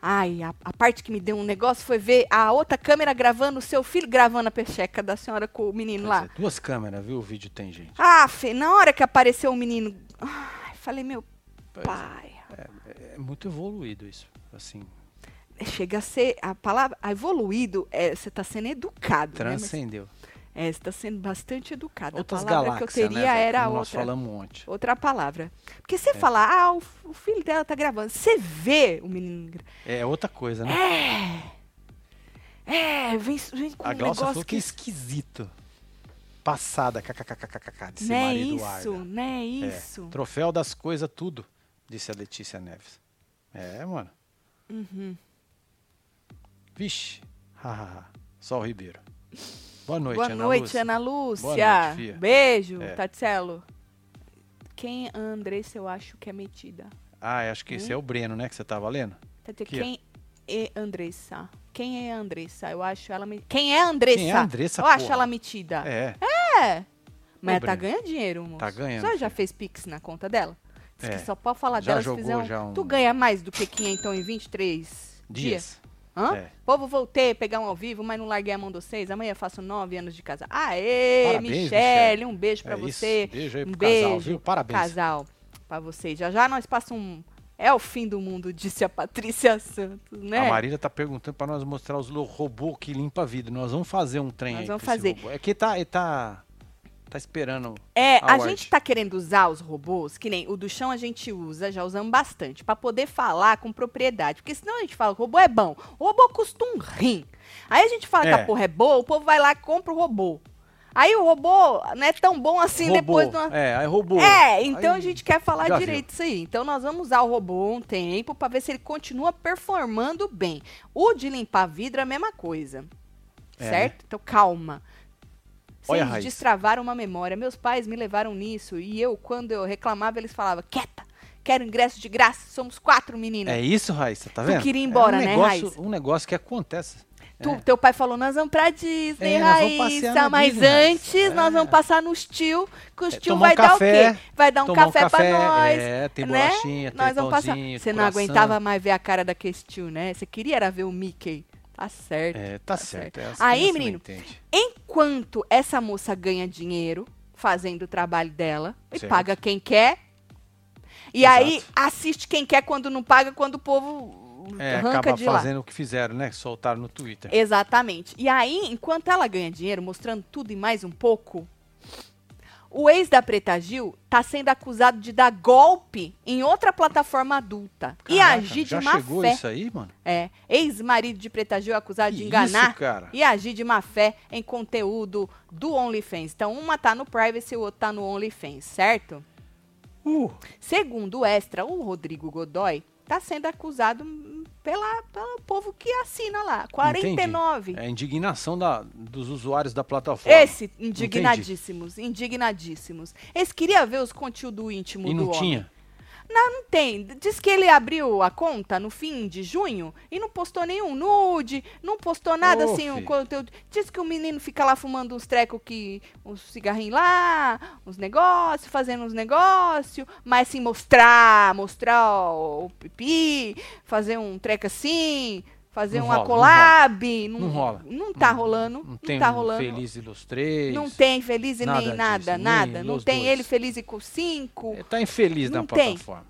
S1: Ai, a, a parte que me deu um negócio foi ver a outra câmera gravando, o seu filho gravando a pecheca da senhora com o menino lá.
S2: Quer dizer, duas câmeras, viu? O vídeo tem, gente.
S1: Ah, Fê, na hora que apareceu o menino, ai, falei, meu
S2: Pois é.
S1: pai.
S2: É muito evoluído isso. Assim,
S1: Chega a ser, a palavra, a evoluído, é, você tá sendo educado, né?
S2: transcendeu.
S1: Mas- É, você tá sendo bastante educado.
S2: Outras
S1: a palavra
S2: galáxias,
S1: que eu teria
S2: né, velho?
S1: era
S2: Como Nós
S1: outra.
S2: falamos É. ontem.
S1: Outra palavra. Porque você falar, ah, o, f- o filho dela tá gravando. Você vê o menino gra-
S2: É outra coisa, né?
S1: um É, vem, vem com
S2: a
S1: um
S2: Glaucia falou
S1: negócio que...
S2: que é esquisito. Passada, kkkkkkk, de ser
S1: Não é
S2: Maria
S1: isso,
S2: Eduarda.
S1: não é
S2: É,
S1: isso.
S2: troféu das coisas, tudo, disse a Letícia Neves. É, mano.
S1: Uhum.
S2: Vixe. Hahaha. Só o Ribeiro. É. Boa noite,
S1: Boa
S2: Ana
S1: noite,
S2: Lúcia.
S1: Ana Lúcia.
S2: noite, fia.
S1: Beijo,
S2: É.
S1: Tatielo. Quem a Andressa eu acho que é metida?
S2: Ah, acho que esse é o Breno, né, que você tava lendo?
S1: Tati,
S2: Que é?
S1: quem é Andressa? Quem é Andressa? Eu acho ela metida. Quem é Andressa?
S2: Quem é a Andressa,
S1: eu acho
S2: porra?
S1: ela metida.
S2: É,
S1: Mas
S2: Ô,
S1: ela tá
S2: Breno.
S1: ganhando dinheiro, moço.
S2: Tá ganhando,
S1: Só já
S2: filho.
S1: fez Pix na conta dela? Diz
S2: É.
S1: que só pode falar
S2: Já
S1: dela
S2: jogou
S1: se fizer um...
S2: já um-
S1: Tu ganha mais do que 500 então, em 23
S2: dias.
S1: Hã?
S2: É.
S1: Povo, voltei a pegar um ao vivo, mas não larguei a mão de vocês. Amanhã faço nove anos de casa. Aê,
S2: Parabéns,
S1: Michele, um beijo pra
S2: É isso.
S1: você.
S2: Beijo aí
S1: um
S2: pro casal,
S1: beijo,
S2: viu? Parabéns.
S1: Casal, pra vocês. Já já nós passamos um... É o fim do mundo, disse a Patrícia Santos, né?
S2: A Marília tá perguntando pra nós mostrar os lo- robô que limpa vidro. Nós vamos fazer um trem
S1: Nós
S2: aí
S1: vamos
S2: com esse
S1: fazer.
S2: robô. É que tá, ele tá tá esperando.
S1: É, a
S2: Award.
S1: gente tá querendo usar os robôs, que nem o do chão a gente usa, já usamos bastante, pra poder falar com propriedade. Porque senão a gente fala, que o robô é bom. O robô custa um rim. Aí a gente fala que
S2: É.
S1: a porra é boa, o povo vai lá e compra o robô. Aí o robô não é tão bom assim
S2: robô.
S1: depois de uma...
S2: É, aí robô.
S1: É, então
S2: Aí-
S1: a gente quer falar
S2: já
S1: direito isso aí. Então nós vamos usar o robô um tempo pra ver se ele continua performando bem. O de limpar vidro é a mesma coisa.
S2: É, né?
S1: certo? Então calma.
S2: Olha a
S1: Vocês
S2: raiz.
S1: destravaram uma memória. Meus pais me levaram nisso e eu, quando eu reclamava, eles falavam: quieta, quero ingresso de graça, somos quatro meninas.
S2: É isso, Raíssa, tá
S1: Tu
S2: vendo?
S1: queria ir embora,
S2: é um
S1: né,
S2: negócio,
S1: Raíssa?
S2: Um negócio que acontece.
S1: Tu-
S2: É.
S1: Teu pai falou, nós vamos pra Disney,
S2: É, nós vamos passear
S1: Raíssa,
S2: na
S1: mas
S2: Disney, Raíssa.
S1: antes nós vamos
S2: É.
S1: passar nos tio, que os
S2: É,
S1: tio
S2: tomar
S1: vai
S2: um
S1: dar
S2: café,
S1: o quê? Vai dar um,
S2: Tomar
S1: café, pra nós.
S2: É, tem
S1: né?
S2: bolachinha, tem
S1: Nós vamos passar.
S2: pãozinho,
S1: Você não
S2: coração.
S1: aguentava mais ver a cara daquele tio, né? Você queria era ver o Mickey. Tá certo.
S2: É, tá certo. é assim
S1: Aí,
S2: que você
S1: menino,
S2: não entende.
S1: Enquanto essa moça ganha dinheiro fazendo o trabalho dela e
S2: Certo.
S1: paga quem quer. E
S2: Exato.
S1: aí assiste quem quer quando não paga, quando o povo
S2: É,
S1: arranca
S2: acaba
S1: de lá.
S2: fazendo o que fizeram, né? Que soltaram no Twitter.
S1: Exatamente. E aí, enquanto ela ganha dinheiro, mostrando tudo e mais um pouco, o ex da Preta Gil tá sendo acusado de dar golpe em outra plataforma adulta e
S2: Caraca,
S1: agir de
S2: já
S1: má
S2: chegou
S1: fé.
S2: isso aí, mano?
S1: É, ex-marido de Preta Gil é acusado
S2: Que
S1: de enganar
S2: Isso, cara.
S1: e agir de má fé em conteúdo do OnlyFans. Então, uma tá no Privacy e o outro tá no OnlyFans, certo?
S2: Uh,
S1: Segundo o Extra, o Rodrigo Godoy tá sendo acusado hum, pela, pelo povo que assina lá. 49.
S2: é a indignação da- dos usuários da plataforma.
S1: Esse, indignadíssimos, indignadíssimos. Eles queriam ver os conteúdos íntimos
S2: e
S1: do
S2: não
S1: homem.
S2: tinha.
S1: Não tem. Diz que ele abriu a conta no fim de junho e não postou nenhum nude, não postou nada
S2: Ô,
S1: assim. Um
S2: fi.
S1: conteúdo. Diz que o menino fica lá fumando uns trecos que. uns cigarrinhos lá, uns negócios, fazendo uns negócios, mas assim, mostrar, mostrar o, o pipi, fazer um treco assim. fazer
S2: Não
S1: uma
S2: rola, não
S1: collab. Não,
S2: Não rola.
S1: Não tá rolando. Não,
S2: Não tem
S1: tá
S2: um
S1: rolando.
S2: Feliz Ilustrei.
S1: Não tem feliz e
S2: Nada
S1: nem
S2: disso,
S1: nada,
S2: nem
S1: nada. Não
S2: os
S1: tem
S2: dois.
S1: ele feliz e com cinco.
S2: Ele tá infeliz
S1: Não
S2: na
S1: tem.
S2: plataforma.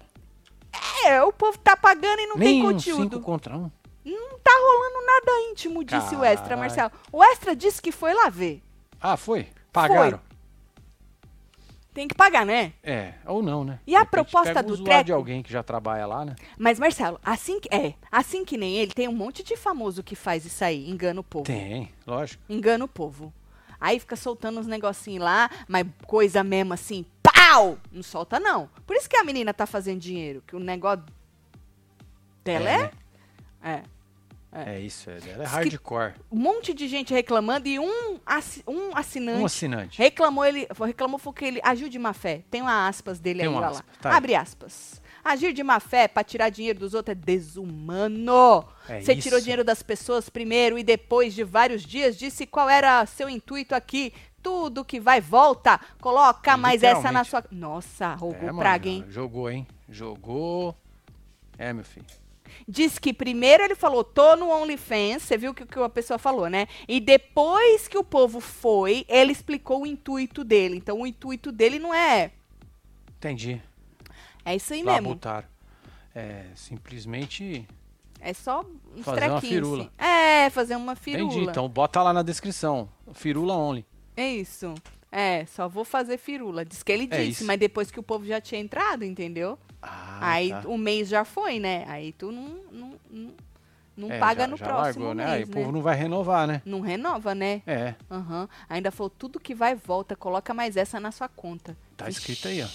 S1: É, o povo tá pagando e não
S2: Nem
S1: tem
S2: um
S1: conteúdo.
S2: cinco contra um.
S1: Não tá rolando nada íntimo, disse o Extra,
S2: Caralho.
S1: Marcelo. O Extra disse que foi lá ver.
S2: Ah, foi? Pagaram?
S1: Tem que pagar, né?
S2: É, ou não, né?
S1: E a
S2: De repente
S1: proposta
S2: pega o
S1: do
S2: usuário
S1: treco?
S2: de alguém que já trabalha lá, né?
S1: Mas, Marcelo, assim que. É, assim que nem ele, tem um monte de famoso que faz isso aí, engana o povo.
S2: Tem, lógico.
S1: Engana o povo. Aí fica soltando uns negocinhos lá, mas coisa mesmo assim, pau! Não solta, não. Por isso que a menina tá fazendo dinheiro, que o negócio dela é.
S2: né?
S1: é.
S2: É isso, é, ela é
S1: Diz que-
S2: hardcore.
S1: Um monte de gente reclamando e um, assi- um assinante.
S2: Um assinante.
S1: Reclamou ele, reclamou foi que ele agiu de má fé. Tem uma aspas dele
S2: Tem
S1: aí,
S2: uma
S1: olha lá.
S2: aspa, tá aí.
S1: Abre aspas. Agir de má fé pra tirar dinheiro dos outros é desumano.
S2: É
S1: Você tirou
S2: isso.
S1: dinheiro das pessoas primeiro e depois de vários dias disse qual era seu intuito aqui. Tudo que vai volta. Coloca mais essa na
S2: É, Literalmente.
S1: sua. Nossa, roubou
S2: É, mano,
S1: praga, hein?
S2: Jogou, hein? Jogou. É, meu filho.
S1: Diz que primeiro ele falou, tô no OnlyFans, você viu o que, o que a pessoa falou, né? E depois que o povo foi, ele explicou o intuito dele. Então o intuito dele não é.
S2: Entendi.
S1: É isso aí mesmo.
S2: Labutar. É, simplesmente.
S1: É só uns
S2: Fazer uma
S1: trequinhos.
S2: firula.
S1: assim. É, fazer uma firula.
S2: Entendi. Então bota lá na descrição. Firula Only.
S1: É isso. É, só vou fazer firula. Diz que ele
S2: É
S1: disse,
S2: isso.
S1: mas depois que o povo já tinha entrado, entendeu?
S2: Ah,
S1: Aí
S2: tá.
S1: o mês já foi, né? Aí tu não, não, não, não
S2: É,
S1: paga
S2: já-
S1: no
S2: já
S1: próximo
S2: largou, né?
S1: mês,
S2: Aí o
S1: né?
S2: povo não vai renovar, né?
S1: Não renova, né?
S2: É,
S1: Aham. Ainda falou, tudo que vai volta, coloca mais essa na sua conta.
S2: tá escrito aí, ó.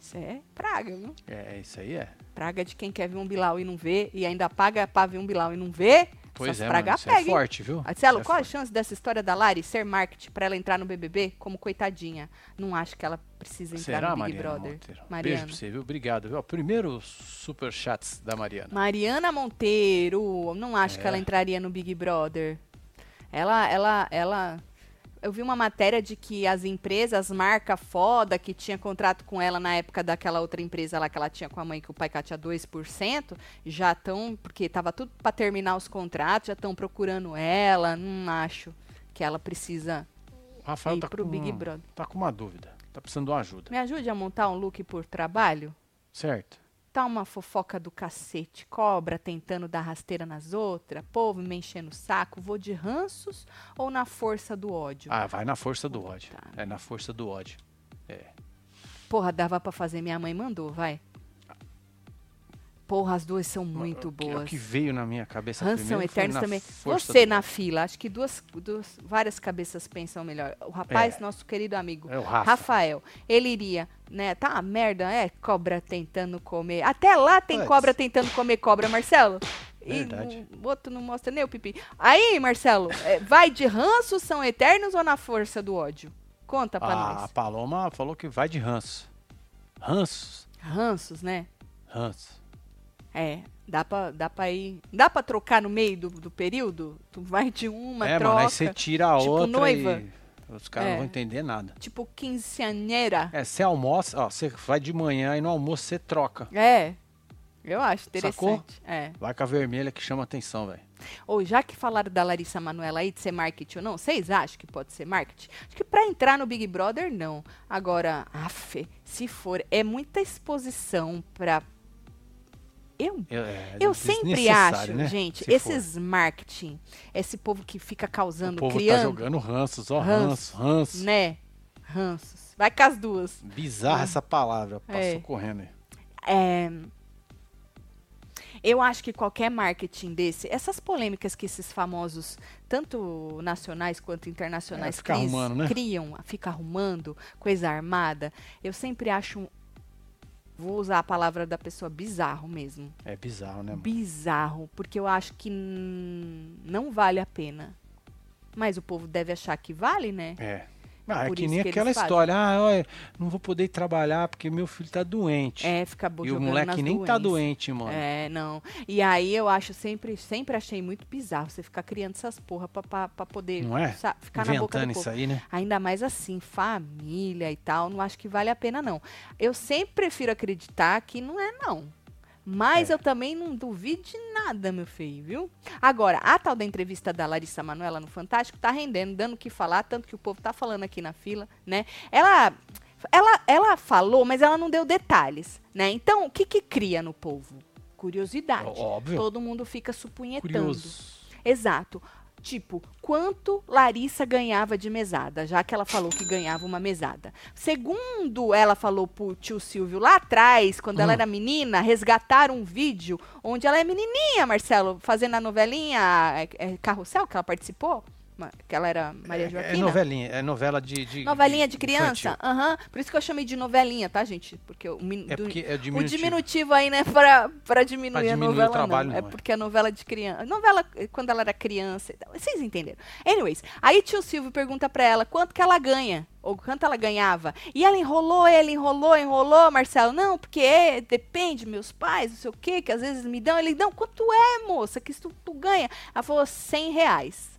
S1: Isso é praga, viu?
S2: É, isso aí é.
S1: Praga de quem quer ver um Bilau e não vê, e ainda paga pra ver um Bilau e não vê.
S2: Pois
S1: essas
S2: é,
S1: praga
S2: mano, isso
S1: pega,
S2: é
S1: hein?
S2: forte, viu?
S1: Marcelo,
S2: Isso é
S1: qual a
S2: forte.
S1: chance dessa história da Lari ser marketing pra ela entrar no BBB? Como coitadinha. Não acho que ela precisa entrar no
S2: Será,
S1: Big
S2: Mariana
S1: Brother.
S2: Monteiro? Beijo
S1: Mariana.
S2: pra você, viu? Obrigado, viu? Ó, Primeiro superchats da Mariana.
S1: Mariana Monteiro, não acho
S2: É.
S1: que ela entraria no Big Brother. Ela, ela, ela. Eu vi uma matéria de que as empresas, as marcas foda que tinha contrato com ela na época daquela outra empresa lá que ela tinha com a mãe, que o pai catia 2%, já estão, porque tava tudo pra terminar os contratos, já estão procurando ela. Não acho que ela precisa.
S2: O Rafael
S1: E
S2: tá
S1: pro
S2: com,
S1: Big Brother.
S2: tá com uma dúvida. Tá precisando de uma ajuda,
S1: Me ajude a montar um look por trabalho?
S2: certo?
S1: Tá uma fofoca do cacete, cobra tentando dar rasteira nas outras, povo me enchendo o saco, vou de ranços ou na força do ódio?
S2: Ah, vai na força do ódio. É na força do ódio. É.
S1: Porra, dava pra fazer, minha mãe mandou, vai. Porra, as duas são muito
S2: O que-
S1: boas.
S2: O que veio na minha cabeça
S1: Ranção
S2: primeiro foi
S1: Eternos
S2: na
S1: também.
S2: força
S1: Você
S2: do
S1: na
S2: ódio.
S1: fila, acho que duas, duas- várias cabeças pensam melhor. O rapaz,
S2: É.
S1: nosso querido amigo.
S2: É o Rafa.
S1: Rafael, ele iria, né? Tá uma merda, é cobra tentando comer. Até lá tem
S2: Puts.
S1: cobra tentando comer cobra, Marcelo.
S2: Verdade.
S1: E o outro não mostra nem o pipi. Aí, Marcelo, é, vai de ranço, são eternos ou na força do ódio? Conta pra
S2: Ah, A
S1: nós.
S2: Paloma falou que vai de ranço. Ranços?
S1: Ranços, né?
S2: Ranço.
S1: É, dá pra, dá pra ir. Dá pra trocar no meio do, do período? Tu vai de uma,
S2: é,
S1: troca.
S2: mano, aí você tira a
S1: tipo
S2: outra
S1: noiva.
S2: e os caras
S1: É.
S2: não vão entender nada.
S1: Tipo quinceanheira.
S2: É, você almoça, ó, você vai de manhã e no almoço você troca.
S1: É. Eu acho interessante.
S2: Sacou?
S1: É.
S2: Vai com a vermelha que chama atenção, velho.
S1: Ou já que falaram da Larissa Manoela aí de ser marketing ou não, vocês acham que pode ser marketing? Acho que pra entrar no Big Brother não. Agora, af, se for, é muita exposição pra eu
S2: É, é
S1: Eu sempre
S2: desnecessário,
S1: acho,
S2: né?
S1: gente,
S2: Se for.
S1: esses marketing, esse povo que fica
S2: O
S1: causando,
S2: povo tá
S1: criando,
S2: jogando ranços, ó,
S1: Ranço,
S2: ranço, ranço.
S1: né? Ranços. Vai com as duas.
S2: Bizarra essa palavra, passou
S1: É.
S2: correndo aí.
S1: É, Eu acho que qualquer marketing desse, essas polêmicas que esses famosos, tanto nacionais quanto internacionais,
S2: É, fica
S1: cris-
S2: arrumando, né?
S1: criam, fica arrumando, coisa armada, eu sempre acho, um- vou usar a palavra da pessoa, bizarro mesmo.
S2: É bizarro, né, mano?
S1: Bizarro, porque eu acho que hum, não vale a pena. Mas o povo deve achar que vale, né?
S2: É. Ah, é
S1: Por
S2: que
S1: isso
S2: nem
S1: que eles
S2: aquela
S1: fazem.
S2: história. Ah, olha, não vou poder ir trabalhar porque meu filho tá doente.
S1: É, fica bo-
S2: e o
S1: jogando nas
S2: moleque nem tá
S1: doenças.
S2: doente, mano.
S1: É, não. E aí eu acho sempre, sempre achei muito bizarro você ficar criando essas porra pra, pra, pra poder
S2: Não é?
S1: sa- ficar na boca do
S2: Inventando
S1: povo.
S2: isso aí, né?
S1: Ainda mais assim, família e tal, não acho que vale a pena, não.
S2: É.
S1: Eu sempre prefiro acreditar que não é, não. Mas eu também não duvido de nada nada, meu filho, viu? Agora, a tal da entrevista da Larissa Manoela no Fantástico tá rendendo, dando o que falar, tanto que o povo tá falando aqui na fila, né? Ela ela, ela falou, mas ela não deu detalhes, né? Então, o que que cria no povo? Curiosidade.
S2: Óbvio.
S1: Todo mundo fica supunhetando.
S2: Curioso.
S1: Exato. Tipo, quanto Larissa ganhava de mesada, já que ela falou que ganhava uma mesada. Segundo ela falou pro tio Silvio lá atrás, quando
S2: Hum.
S1: ela era menina, resgataram um vídeo onde ela é menininha, Marcelo, fazendo a novelinha é, é, Carrossel, que ela participou, ma- que ela era Maria
S2: É
S1: Joaquina.
S2: novelinha, é novela de. de
S1: Novelinha de criança?
S2: infantil.
S1: Aham. Por isso que eu chamei de novelinha, tá, gente? Porque o, min-
S2: É
S1: do-
S2: porque é
S1: o
S2: diminutivo.
S1: diminutivo aí, né, pra, pra diminuir,
S2: Pra
S1: a
S2: diminuir o
S1: novela,
S2: trabalho,
S1: não.
S2: não
S1: É
S2: é.
S1: porque a novela de criança... Novela, eh, quando ela era criança... e tal. Vocês entenderam. Anyways, aí tio Silvio pergunta pra ela quanto que ela ganha, ou quanto ela ganhava. E ela enrolou, ela enrolou, enrolou, Marcelo. Não, porque é, depende, meus pais, não sei o quê, que às vezes me dão. Ele, não, quanto é, moça, que isso tu, tu ganha? Ela falou, 100 reais.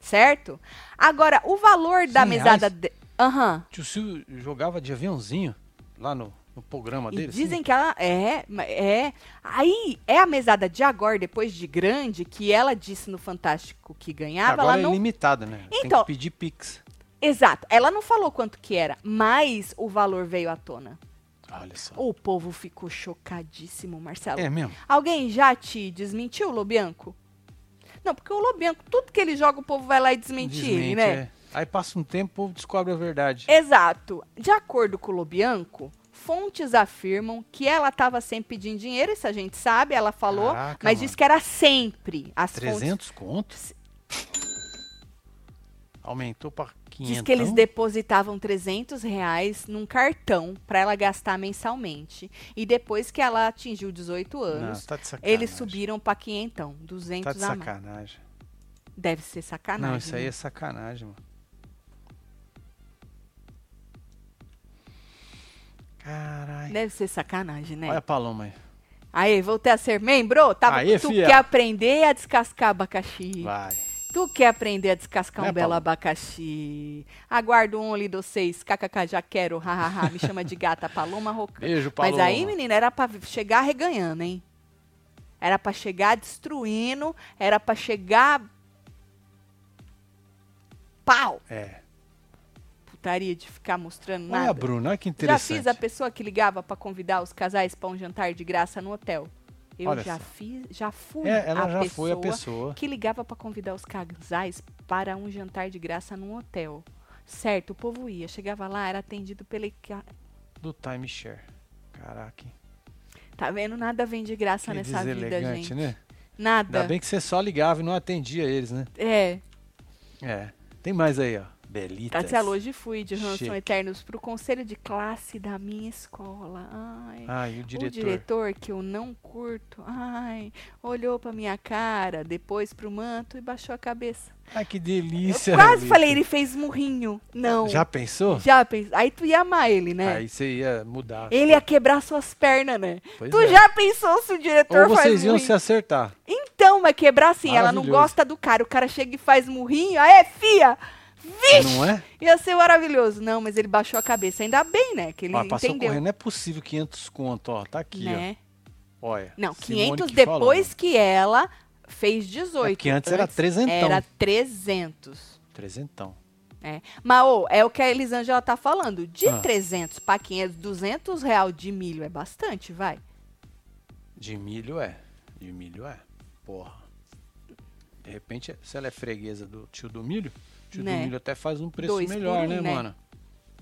S1: Certo? Agora, o valor da
S2: 100 reais?
S1: mesada... de- Aham.
S2: Tio Silvio jogava de aviãozinho lá no, no programa
S1: E
S2: dele. assim?
S1: dizem que ela é, ma- é. Aí é a mesada de agora, depois de grande, que ela disse no Fantástico que
S2: assim.
S1: ganhava,
S2: Agora
S1: ela
S2: é
S1: não.
S2: ilimitada, né? Tem
S1: Então-
S2: que pedir Pix.
S1: Exato, ela não falou quanto que era, mas o valor veio à tona.
S2: Olha só.
S1: O povo ficou chocadíssimo, Marcelo.
S2: É mesmo?
S1: Alguém já te desmentiu, Lobianco? Não, porque o Lobianco, tudo que ele joga, o povo vai lá e desmente, ele,
S2: Desmente,
S1: né?
S2: é. Aí passa um tempo, o povo descobre a verdade.
S1: Exato. De acordo com o Lobianco, fontes afirmam que ela estava sempre pedindo dinheiro, isso a gente sabe, ela falou,
S2: Caraca,
S1: mas
S2: mano.
S1: disse que era sempre. As fontes
S2: 300 contos? Aumentou pra 500.
S1: diz que eles depositavam 300 reais num cartão para ela gastar mensalmente. E depois que ela atingiu 18 anos,
S2: tá de sacanagem.
S1: eles subiram para quinhentão, 200
S2: Tá de
S1: a mais.
S2: sacanagem.
S1: Deve ser sacanagem.
S2: Não, isso aí
S1: né?
S2: é sacanagem, mano. Caralho.
S1: Deve ser sacanagem, né?
S2: Olha a Paloma aí.
S1: Aí, voltei a ser membro? Tava,
S2: Aê,
S1: tu
S2: fia.
S1: quer aprender a descascar abacaxi.
S2: Vai.
S1: Tu quer aprender a descascar
S2: Né,
S1: um belo
S2: Paulo?
S1: abacaxi? Aguardo um, lido seis, kkk, já quero, hahaha, me chama de
S2: <laughs>
S1: gata, Paloma Rocan.
S2: Beijo, Paloma.
S1: Mas aí, menina, era pra chegar reganhando, hein? Era pra chegar destruindo, era pra chegar... Pau!
S2: É.
S1: Putaria de ficar mostrando
S2: Olha a
S1: nada.
S2: Bruna, olha que
S1: já
S2: interessante.
S1: fiz a pessoa que ligava pra convidar os casais pra um jantar de graça no hotel. Eu
S2: Olha
S1: já
S2: só.
S1: fiz, já fui
S2: É, ela
S1: a
S2: já foi a
S1: pessoa
S2: pessoa.
S1: que ligava pra convidar os casais para um jantar de graça num hotel. Certo, o povo ia, chegava lá, era atendido pela equipe.
S2: do timeshare. Caraca, hein?
S1: Tá vendo? Nada vem de graça
S2: que
S1: nessa vida,
S2: deselegante,
S1: gente.
S2: né? Ainda
S1: Nada.
S2: bem que você só ligava e não atendia eles, né?
S1: É, tá,
S2: É. Tem mais aí, ó. Belitas.
S1: Tati Alô fui de
S2: Chique.
S1: Ransom Eternos pro conselho de classe da minha escola. Ai.
S2: Ah, e o
S1: O
S2: diretor.
S1: diretor que eu não curto, ai, olhou pra minha cara, depois pro manto e baixou a cabeça.
S2: Ai, que delícia.
S1: eu quase
S2: Lelita.
S1: falei, ele fez murrinho. Não.
S2: é Já pensou?
S1: Já pensou? Aí tu ia amar ele, né?
S2: Aí você ia mudar.
S1: Ele ia quebrar suas pernas, né?
S2: Pois
S1: tu
S2: é.
S1: já pensou se o diretor
S2: Ou vocês
S1: faz
S2: iam
S1: murrinho?
S2: se acertar.
S1: Então, mas quebrar assim, ela não
S2: Maravilhoso.
S1: gosta do cara. O cara chega e faz murrinho, aí é fia! Vixe!
S2: Não é?
S1: Ia ser maravilhoso. Não, mas ele baixou a cabeça. Ainda bem, né? Que ele
S2: Ó, passou
S1: entendeu.
S2: correndo. Não é possível 500 conto, ó. Tá aqui,
S1: né?
S2: ó. Olha.
S1: Não,
S2: Simone
S1: 500
S2: que falou, né?
S1: depois que ela fez 18.
S2: É porque antes era 300.
S1: Era 300.
S2: ó. Trezentão.
S1: É. Mas, ô, é o que a Elisângela tá falando. De
S2: Ah.
S1: 300 pra 500, 200 real de milho é bastante, vai.
S2: De milho é. De milho é. Porra. De repente, se ela é freguesa do tio do milho, o tio
S1: Né?
S2: do milho até faz um preço
S1: Dois por
S2: melhor,
S1: um,
S2: né,
S1: né?
S2: mano?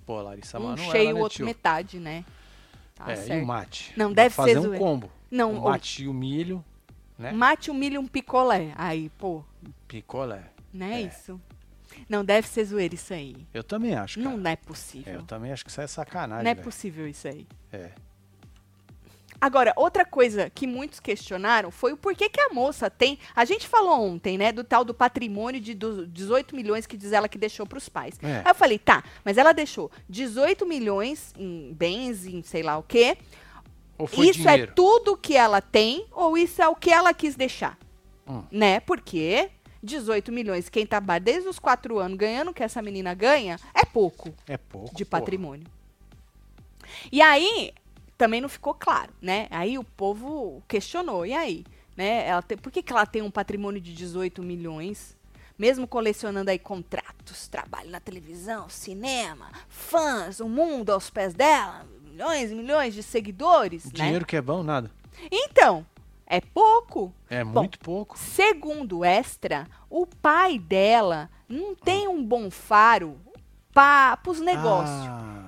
S2: Pô, Larissa
S1: um
S2: Manoela,
S1: cheio, o
S2: né,
S1: outro
S2: tio?
S1: metade, né? Tá
S2: é, e
S1: certo.
S2: o mate.
S1: Não,
S2: Dá
S1: deve
S2: pra fazer
S1: ser
S2: um
S1: zoeira.
S2: combo.
S1: Não,
S2: o
S1: ô,
S2: mate e o milho, né?
S1: mate o milho e um picolé. Aí, pô,
S2: Picolé.
S1: não é,
S2: É.
S1: isso? Não deve ser zoeira isso aí.
S2: Eu também acho, cara.
S1: Não é
S2: É, eu
S1: possível.
S2: também acho que isso é
S1: Não
S2: sacanagem,
S1: é
S2: velho.
S1: possível isso aí.
S2: É.
S1: Agora, outra coisa que muitos questionaram foi o porquê que a moça tem. A gente falou ontem, né, do tal do patrimônio de do- 18 milhões que diz ela que deixou para os pais.
S2: É.
S1: Aí eu falei, tá, mas ela deixou 18 milhões em bens, em sei lá o quê.
S2: Ou foi
S1: Isso é
S2: dinheiro?
S1: tudo que ela tem ou isso é o que ela quis deixar?
S2: Hum.
S1: Né? Porque 18 milhões, quem tá ba- desde os 4 anos ganhando o que essa menina ganha, é pouco
S2: É, pouco.
S1: de
S2: porra.
S1: patrimônio. E aí, também não ficou claro, né? Aí o povo questionou. E aí? Né? Ela tem- por que, que ela tem um patrimônio de 18 milhões? Mesmo colecionando aí contratos, trabalho na televisão, cinema, fãs, o mundo aos pés dela, milhões e milhões de seguidores,
S2: Dinheiro que é bom, nada.
S1: né? Então, é pouco.
S2: É
S1: Bom,
S2: muito pouco.
S1: Segundo o Extra, o pai dela não tem um bom faro para os negócios.
S2: Ah,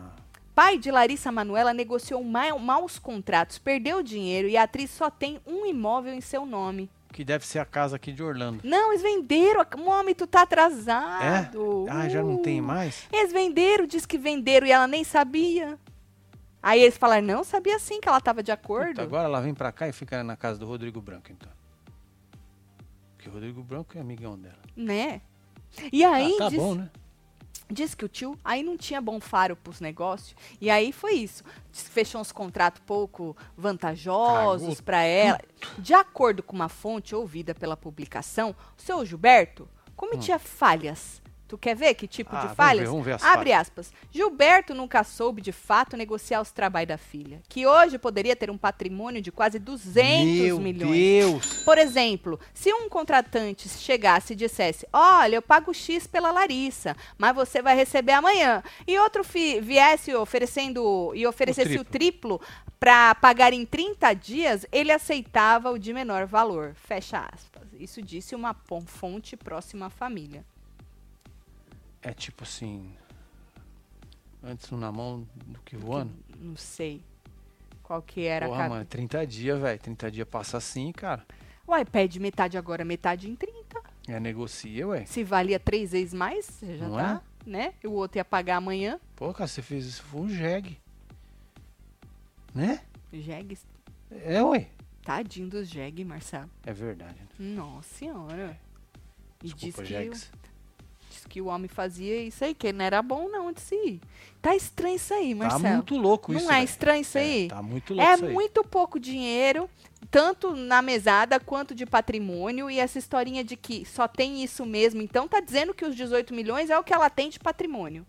S1: Pai de Larissa Manuela negociou ma- maus contratos, perdeu dinheiro e a atriz só tem um imóvel em seu nome.
S2: que deve ser a casa aqui de Orlando.
S1: Não, eles venderam. a- Mami, tu tá atrasado. Uh.
S2: Ah, já não tem mais?
S1: Eles venderam, diz que venderam e ela nem sabia. Aí eles falaram, não, sabia sim que ela tava de acordo.
S2: Puta, agora ela vem pra cá e fica na casa do Rodrigo Branco, então. Porque o Rodrigo Branco é amigão dela.
S1: Né? E aí
S2: ah, tá
S1: diz,
S2: bom, né?
S1: diz que o tio aí não tinha bom faro pros negócios. E aí foi isso. Diz que Fechou uns contratos pouco vantajosos
S2: Cagou
S1: pra ela. De acordo com uma fonte ouvida pela publicação, o seu Gilberto cometia falhas. Tu quer ver que tipo
S2: Hum. Ah,
S1: de
S2: vamos
S1: falhas?
S2: ver, vamos ver as
S1: Abre aspas. Gilberto nunca soube de fato negociar os trabalhos da filha, que hoje poderia ter um patrimônio de quase 200
S2: Meu
S1: milhões.
S2: Deus!
S1: Por exemplo, se um contratante chegasse e dissesse: Olha, eu pago X pela Larissa, mas você vai receber amanhã. E outro fi- viesse oferecendo e oferecesse o
S2: triplo.
S1: triplo, para pagar em 30 dias, ele aceitava o de menor valor. Fecha aspas. Isso disse uma pon- fonte próxima à família.
S2: É tipo assim. Antes um na mão do que voando.
S1: Não sei qual que era a
S2: Porra,
S1: cada.
S2: mano, 30 dias, velho. 30 dias passa assim, cara.
S1: Uai, pede metade agora, metade em 30.
S2: É negocia, ué.
S1: Se valia três vezes mais, você já
S2: Não é?
S1: tá, né? E o outro ia pagar amanhã.
S2: Pô, cara, você fez isso, foi um jegue. Né?
S1: Jegues
S2: É, ué.
S1: Tadinho dos jegue, Marcelo.
S2: É verdade. né?
S1: Nossa senhora. E diz
S2: Desculpa,
S1: que, o,
S2: Jegs.
S1: diz que o homem fazia isso aí, que ele não era bom não de si. ir. Tá estranho isso aí,
S2: Tá
S1: Marcelo.
S2: muito louco
S1: não
S2: isso.
S1: é
S2: velho.
S1: estranho isso
S2: É,
S1: aí?
S2: tá muito louco
S1: É
S2: isso aí.
S1: muito pouco dinheiro, tanto na mesada quanto de patrimônio, e essa historinha de que só tem isso mesmo. Então tá dizendo que os 18 milhões é o que ela tem de patrimônio.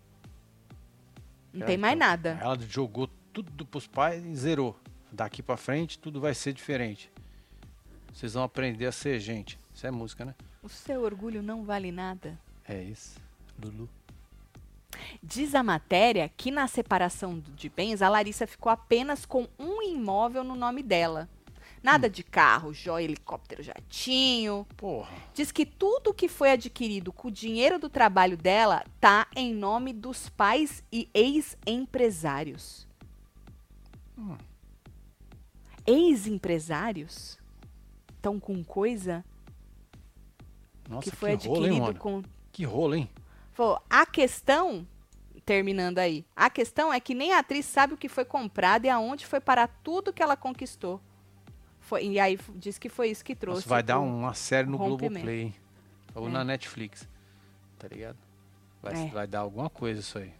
S1: Não
S2: É,
S1: tem mais
S2: então,
S1: nada.
S2: Ela jogou tudo pros pais e zerou. Daqui pra frente tudo vai ser diferente. Vocês vão aprender a ser gente. Isso é música, né?
S1: O seu orgulho não vale nada.
S2: É isso. Lulu.
S1: Diz a matéria que na separação do- de bens, a Larissa ficou apenas com um imóvel no nome dela.
S2: Hum.
S1: Nada de carro, joia, helicóptero, jatinho.
S2: Porra.
S1: Diz que tudo que foi adquirido com o dinheiro do trabalho dela tá em nome dos pais e ex-empresários.
S2: Hum.
S1: Ex-empresários? Estão com coisa
S2: Nossa,
S1: que
S2: que,
S1: foi
S2: rolo, hein,
S1: adquirido
S2: mano?
S1: com
S2: Que rolo, hein?
S1: Falou, a questão, terminando aí, a questão é que nem a atriz sabe o que foi comprado e aonde foi parar tudo que ela conquistou. Foi, e aí f- diz que foi isso que trouxe.
S2: Nossa, vai dar um-
S1: o-
S2: uma série no
S1: rompimento.
S2: Globoplay, hein? Ou
S1: É.
S2: na Netflix. Tá ligado? Vai,
S1: É.
S2: vai dar alguma coisa isso aí.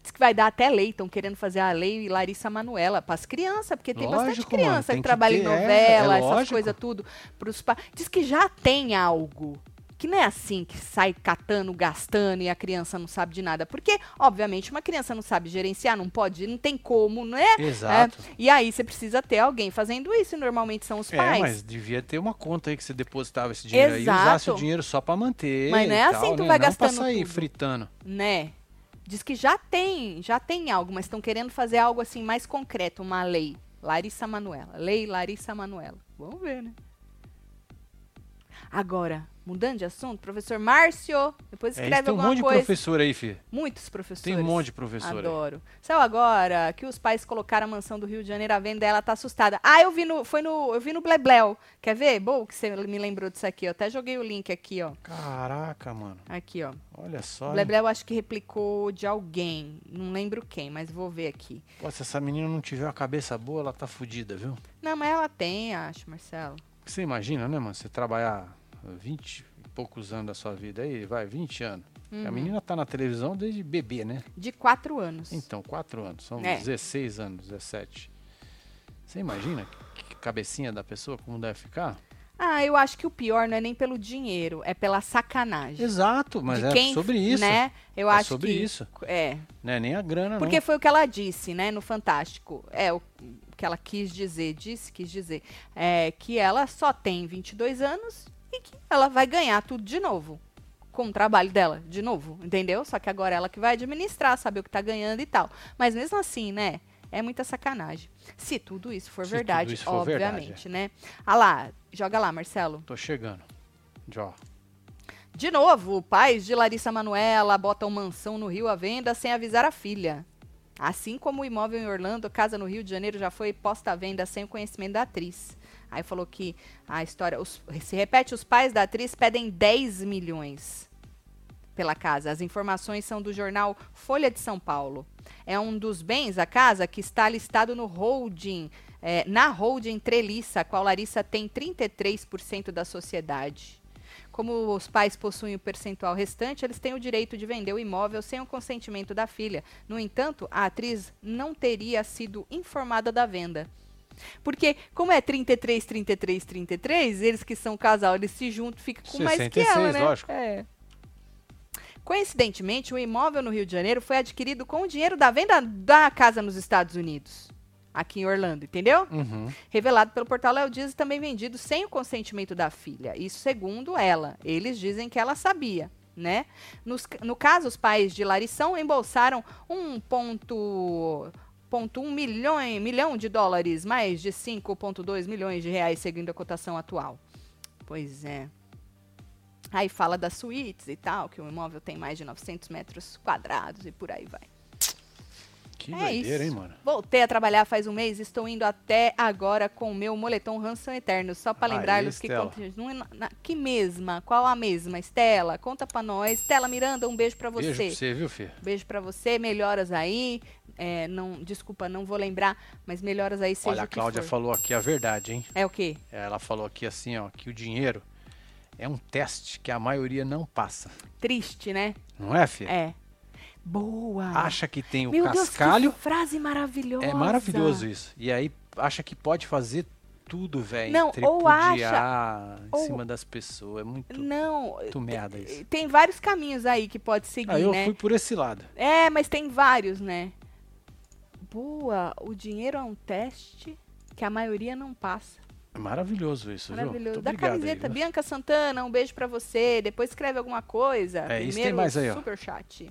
S1: Diz que vai dar até lei, estão querendo fazer a lei e Larissa Manuela para as crianças, porque tem bastante
S2: Lógico,
S1: criança
S2: mano, tem
S1: que
S2: que
S1: trabalha em
S2: ter, é,
S1: novela,
S2: é
S1: essas
S2: lógico.
S1: coisas tudo. Pros pa... Diz que já tem algo. Que não é assim que sai catando, gastando e a criança não sabe de nada. Porque, obviamente, uma criança não sabe gerenciar, não pode, não tem como, né?
S2: Exato.
S1: E aí você precisa ter alguém fazendo isso, e normalmente são os
S2: É,
S1: pais.
S2: mas devia ter uma conta aí que você depositava esse dinheiro
S1: Exato.
S2: aí e usasse o dinheiro só pra manter.
S1: Mas não é
S2: e
S1: assim
S2: tal,
S1: que tu
S2: né?
S1: vai
S2: não
S1: gastando
S2: Pra sair
S1: tudo.
S2: fritando. É,
S1: Né? Diz que já tem, já tem algo, mas estão querendo fazer algo assim mais concreto, uma lei. Larissa Manuela. Lei Larissa Manuela. Vamos ver, né? Agora, mudando de assunto, professor Márcio, depois
S2: É,
S1: escreve
S2: isso tem um
S1: alguma
S2: monte
S1: coisa.
S2: de professor aí, filho.
S1: Muitos professores.
S2: Tem um monte de professor aí.
S1: Adoro. Saiu agora que os pais colocaram a mansão do Rio de Janeiro à venda, ela tá assustada. Ah, eu vi no, foi no, eu vi no Blebleu. Quer ver? Bom que você me lembrou disso aqui, ó. Até joguei o link aqui, ó.
S2: Caraca, mano.
S1: Aqui, ó.
S2: Olha
S1: O
S2: só. hein?
S1: Blebleu acho que replicou de alguém, não lembro quem, mas vou ver aqui.
S2: Pô, se essa menina não tiver uma cabeça boa, ela tá fudida, viu?
S1: Não, mas ela tem, acho, Marcelo.
S2: Você imagina, né, mano? Você trabalhar 20 e poucos anos da sua vida aí, vai, 20 anos.
S1: Uhum.
S2: A menina tá na televisão desde bebê, né?
S1: De quatro anos.
S2: Então, 4 anos. São
S1: É.
S2: 16 anos, 17. Você imagina que- que cabecinha da pessoa, como deve ficar?
S1: Ah, eu acho que o pior não é nem pelo dinheiro, é pela sacanagem.
S2: Exato, mas
S1: De
S2: é
S1: quem,
S2: sobre isso.
S1: Né? Eu
S2: É
S1: acho
S2: sobre
S1: que-
S2: isso.
S1: É,
S2: Não é nem a grana,
S1: Porque foi o que ela disse, né, no Fantástico. É, o- que ela quis dizer, disse, quis dizer, é, que ela só tem 22 anos e que ela vai ganhar tudo de novo. Com o trabalho dela, de novo, entendeu? Só que agora é ela que vai administrar, saber o que tá ganhando e tal. Mas mesmo assim, né? É muita sacanagem. Se tudo isso for
S2: Se tudo
S1: verdade,
S2: isso for verdade, é.
S1: obviamente, né? Ah lá, joga lá, Marcelo.
S2: Tô chegando. Jó.
S1: De novo, pais de Larissa Manuela botam mansão no Rio à venda sem avisar a filha. Assim como o imóvel em Orlando, casa no Rio de Janeiro já foi posta à venda sem o conhecimento da atriz. Aí falou que a história os- se repete, os pais da atriz pedem 10 milhões pela casa. As informações são do jornal Folha de São Paulo. É um dos bens da casa que está listado no holding, eh, na holding Treliça, a qual Larissa tem 33% da sociedade. Como os pais possuem o percentual restante, eles têm o direito de vender o imóvel sem o consentimento da filha. No entanto, a atriz não teria sido informada da venda. Porque, como é 33, 33, 33, eles que são casal, eles se juntam, fica com mais que ela,
S2: 66,
S1: né?
S2: lógico.
S1: É. Coincidentemente, o imóvel no Rio de Janeiro foi adquirido com o dinheiro da venda da casa nos Estados Unidos, aqui em Orlando, entendeu?
S2: Uhum.
S1: revelado pelo portal Léo Dias e também vendido sem o consentimento da filha. Isso segundo ela. Eles dizem que ela sabia, né? Nos- no caso, os pais de Larissão embolsaram 1,1 milhão, um milhão de dólares, mais de 5,2 milhões de reais, seguindo a cotação atual. Pois é. Aí fala das suítes e tal, que o imóvel tem mais de 900 metros quadrados e por aí vai.
S2: Que
S1: É
S2: doideira, hein,
S1: isso.
S2: mano?
S1: Voltei a trabalhar faz um mês, estou indo até agora com o meu moletom Ransom Eterno. Só para
S2: Aí,
S1: lembrar-los que
S2: Estela.
S1: continuem na, na- que mesma, qual a mesma, Estela? Conta pra nós. Estela Miranda, um beijo pra você.
S2: Beijo pra você, viu, filho?
S1: Beijo pra você, melhoras aí. É, não, desculpa, não vou lembrar, mas melhoras aí seja
S2: Olha, a
S1: o que
S2: Cláudia
S1: for.
S2: falou aqui a verdade, hein?
S1: É o quê?
S2: Ela falou aqui assim, ó, que o dinheiro é um teste que a maioria não passa.
S1: Triste, né?
S2: Não é, filho?
S1: É. Boa.
S2: Acha que tem o
S1: Meu
S2: cascalho.
S1: Deus, que frase maravilhosa.
S2: é maravilhoso isso. E aí acha que pode fazer tudo, velho.
S1: Não, ou
S2: tripudiar em
S1: ou-
S2: cima das pessoas. É muito,
S1: Não,
S2: muito merda É isso.
S1: tem- tem vários caminhos aí que pode seguir,
S2: Aí eu
S1: né?
S2: fui por esse lado.
S1: É, mas tem vários, né? Boa, o dinheiro é um teste que a maioria não passa.
S2: É Maravilhoso isso, viu?
S1: Maravilhoso.
S2: Muito
S1: Da
S2: obrigado aí,
S1: camiseta,
S2: viu?
S1: Bianca Santana, um beijo pra você. Depois escreve alguma coisa.
S2: É,
S1: Primeiro,
S2: isso tem mais aí, ó.
S1: superchat.